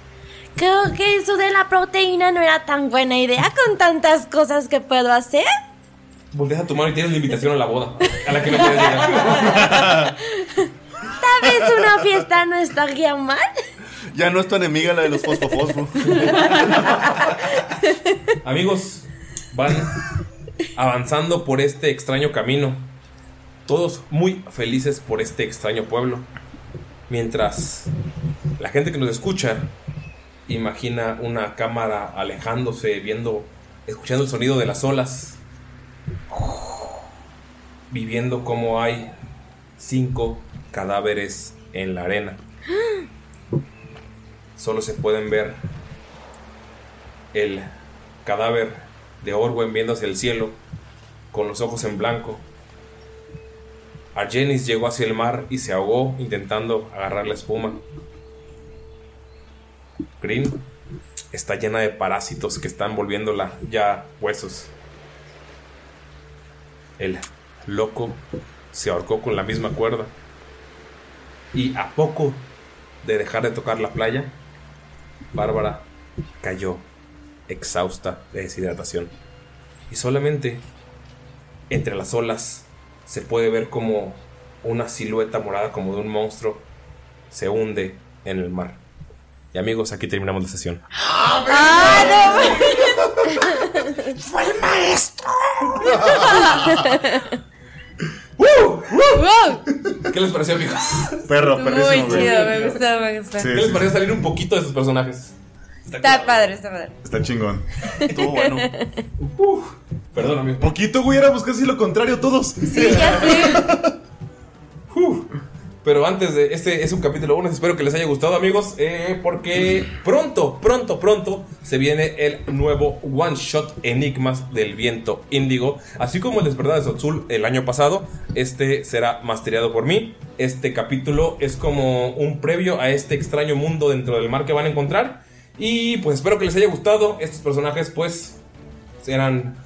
Speaker 8: Creo que eso de la proteína no era tan buena idea con tantas cosas que puedo hacer.
Speaker 2: Volteas a tu mano y tienes la invitación a la boda, a la que no puedes llegar.
Speaker 8: Tal vez una fiesta no estaría mal.
Speaker 6: Ya no es tu enemiga la de los fosfofosfo.
Speaker 2: Amigos, van avanzando por este extraño camino. Todos muy felices por este extraño pueblo. Mientras la gente que nos escucha imagina una cámara alejándose, viendo, escuchando el sonido de las olas. Viviendo como hay cinco cadáveres en la arena. Solo se pueden ver el cadáver de Orwen viendo hacia el cielo, con los ojos en blanco. Argenis llegó hacia el mar y se ahogó intentando agarrar la espuma. Green está llena de parásitos que están volviéndola ya huesos. El loco se ahorcó con la misma cuerda. Y a poco de dejar de tocar la playa, Bárbara cayó exhausta de deshidratación. Y solamente entre las olas se puede ver como una silueta morada como de un monstruo se hunde en el mar. Y amigos, aquí terminamos la sesión.
Speaker 8: Fue el maestro.
Speaker 2: ¡Uh! ¿Qué les pareció, amigos?
Speaker 5: Perro,
Speaker 12: Muy chido, me gustó, me gustó.
Speaker 2: ¿Qué les pareció salir un poquito de sus personajes?
Speaker 12: Está padre, está padre.
Speaker 10: Está chingón.
Speaker 12: Estuvo
Speaker 2: bueno. Perdón, amigo.
Speaker 10: Poquito, güey, éramos casi lo contrario todos.
Speaker 12: Sí, ya sé.
Speaker 2: Pero antes de este es un capítulo bonus, espero que les haya gustado amigos, eh, porque pronto, pronto, pronto se viene el nuevo One Shot Enigmas del Viento Índigo. Así como el Despertar de Sotzul el año pasado, este será mastereado por mí. Este capítulo es como un previo a este extraño mundo dentro del mar que van a encontrar. Y pues espero que les haya gustado. Estos personajes pues eran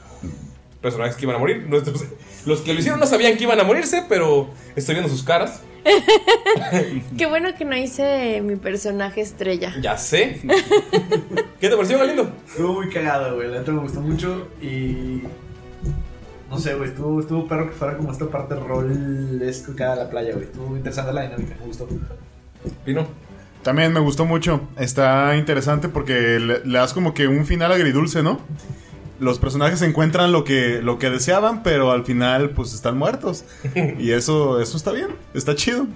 Speaker 2: personajes que iban a morir. Nuestros- los que lo hicieron no sabían que iban a morirse, pero estoy viendo sus caras.
Speaker 8: Qué bueno que no hice mi personaje estrella.
Speaker 2: Ya sé. ¿Qué te pareció, Galindo?
Speaker 19: Estuvo muy cagado, güey. La neta me gustó mucho y. No sé, güey. Estuvo, estuvo perro que fuera como esta parte rol escocada de la playa, güey. Estuvo interesante la dinámica, me gustó.
Speaker 2: Pino.
Speaker 10: También me gustó mucho. Está interesante porque le, le das como que un final agridulce, ¿no? Los personajes encuentran lo que, lo que deseaban, pero al final pues están muertos. Y eso, eso está bien, está chido.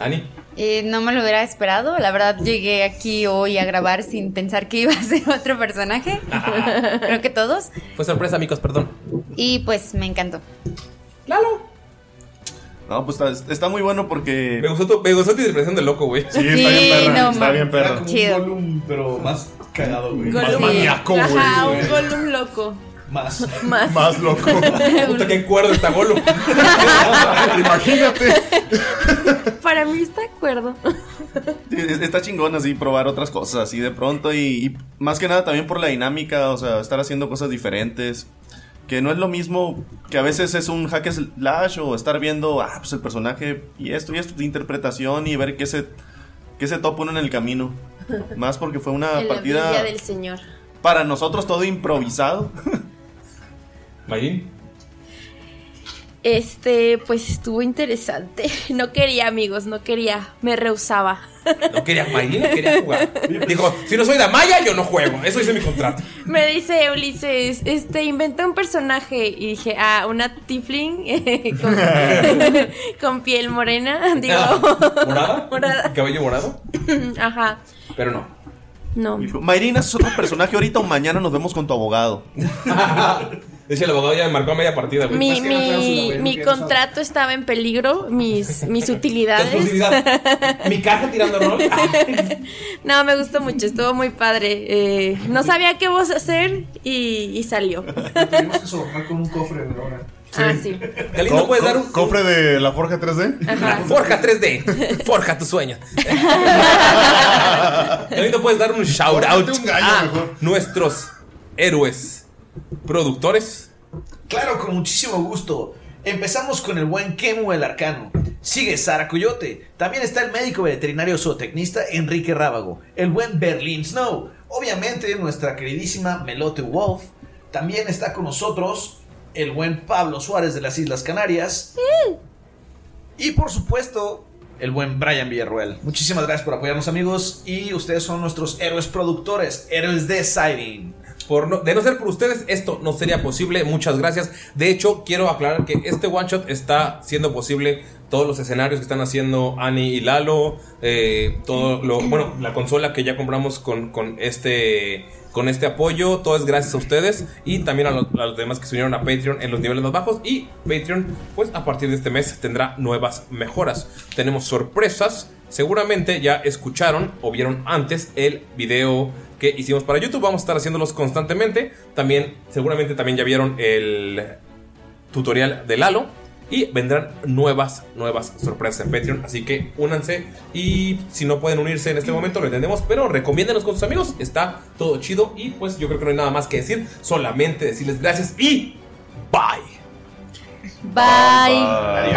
Speaker 2: Ani.
Speaker 12: Eh, no me lo hubiera esperado. La verdad, llegué aquí hoy a grabar sin pensar que iba a ser otro personaje. Creo que todos.
Speaker 2: Fue sorpresa, amigos, perdón.
Speaker 12: Y pues me encantó.
Speaker 2: Claro.
Speaker 6: No, pues está, está muy bueno porque. Me
Speaker 2: gustó tu, me gustó tu interpretación de loco, güey.
Speaker 12: está
Speaker 6: Sí,
Speaker 12: Sí, bien perra, no está mames. bien perra.
Speaker 6: Era como un
Speaker 12: Chido.
Speaker 6: Gollum, pero más cagado, güey.
Speaker 8: Golum.
Speaker 6: Más maníaco, güey.
Speaker 8: Ajá, un Golum loco.
Speaker 6: Más.
Speaker 8: Más.
Speaker 10: Más loco.
Speaker 2: Puta, qué cuerdo está Golo.
Speaker 10: Imagínate.
Speaker 8: Para mí está de acuerdo.
Speaker 6: Es- Está chingón así probar otras cosas así de pronto y, y más que nada también por la dinámica, o sea, estar haciendo cosas diferentes. Que no es lo mismo que a veces es un hack slash o estar viendo, ah, pues el personaje y esto y esto, de interpretación y ver qué se, qué se topa uno en el camino. Más porque fue una
Speaker 8: en la
Speaker 6: partida
Speaker 8: villa del señor.
Speaker 6: para nosotros todo improvisado.
Speaker 2: Mayrin.
Speaker 8: Este, pues estuvo interesante. No quería, amigos, no quería. Me rehusaba.
Speaker 2: No quería Mayrin, no quería jugar. pues, Dijo, si no soy Damaya, yo no juego. Eso dice mi contrato.
Speaker 8: Me dice Ulises, este, inventé un personaje. Y dije, ah, una tifling eh, con, con piel morena. Digo,
Speaker 2: ¿Morada? ¿Cabello morado?
Speaker 8: ajá.
Speaker 2: Pero no.
Speaker 8: No.
Speaker 6: Mayrina es otro personaje ahorita o mañana nos vemos con tu abogado.
Speaker 2: De hecho, el abogado ya marcó a media partida, güey.
Speaker 8: Mi, mi, mi contrato estaba en peligro, mis, mis utilidades.
Speaker 2: Mi caja tirando rol.
Speaker 8: No, me gustó mucho, estuvo muy padre. Eh, no sabía qué voz hacer y, y salió.
Speaker 19: Tuvimos que sobornar con un cofre, güey, ahora.
Speaker 8: Ah, sí.
Speaker 2: Galindo, ¿puedes dar un-
Speaker 10: ¿Cofre de la forja 3D?
Speaker 2: Forja 3D. Forja tu sueño. Galindo, puedes dar un shout out a nuestros héroes productores.
Speaker 3: Claro, con muchísimo gusto. Empezamos con el buen Kemu el Arcano. Sigue Sara Coyote. También está el médico veterinario zootecnista Enrique Rábago. El buen Berlin Snow. Obviamente nuestra queridísima Melote Wolf. También está con nosotros el buen Pablo Suárez de las Islas Canarias. Y por supuesto, el buen Brian Villarruel. Muchísimas gracias por apoyarnos amigos. Y ustedes son nuestros héroes productores, héroes de Siren.
Speaker 2: Por no- de no ser por ustedes, esto no sería posible. Muchas gracias. De hecho, quiero aclarar que este one shot está siendo posible. Todos los escenarios que están haciendo Ani y Lalo. eh, todo lo. Bueno, la consola que ya compramos con, con este. Con este apoyo, todo es gracias a ustedes y también a los, a los demás que se unieron a Patreon en los niveles más bajos. Y Patreon, pues a partir de este mes tendrá nuevas mejoras. Tenemos sorpresas. Seguramente ya escucharon o vieron antes el video que hicimos para YouTube. Vamos a estar haciéndolos constantemente. También, seguramente también ya vieron el tutorial de Lalo. Y vendrán nuevas, nuevas sorpresas en Patreon. Así que únanse. Y si no pueden unirse en este momento, lo entendemos. Pero recomiéndenos con sus amigos. Está todo chido. Y pues yo creo que no hay nada más que decir. Solamente decirles gracias y bye.
Speaker 9: Bye. Bye.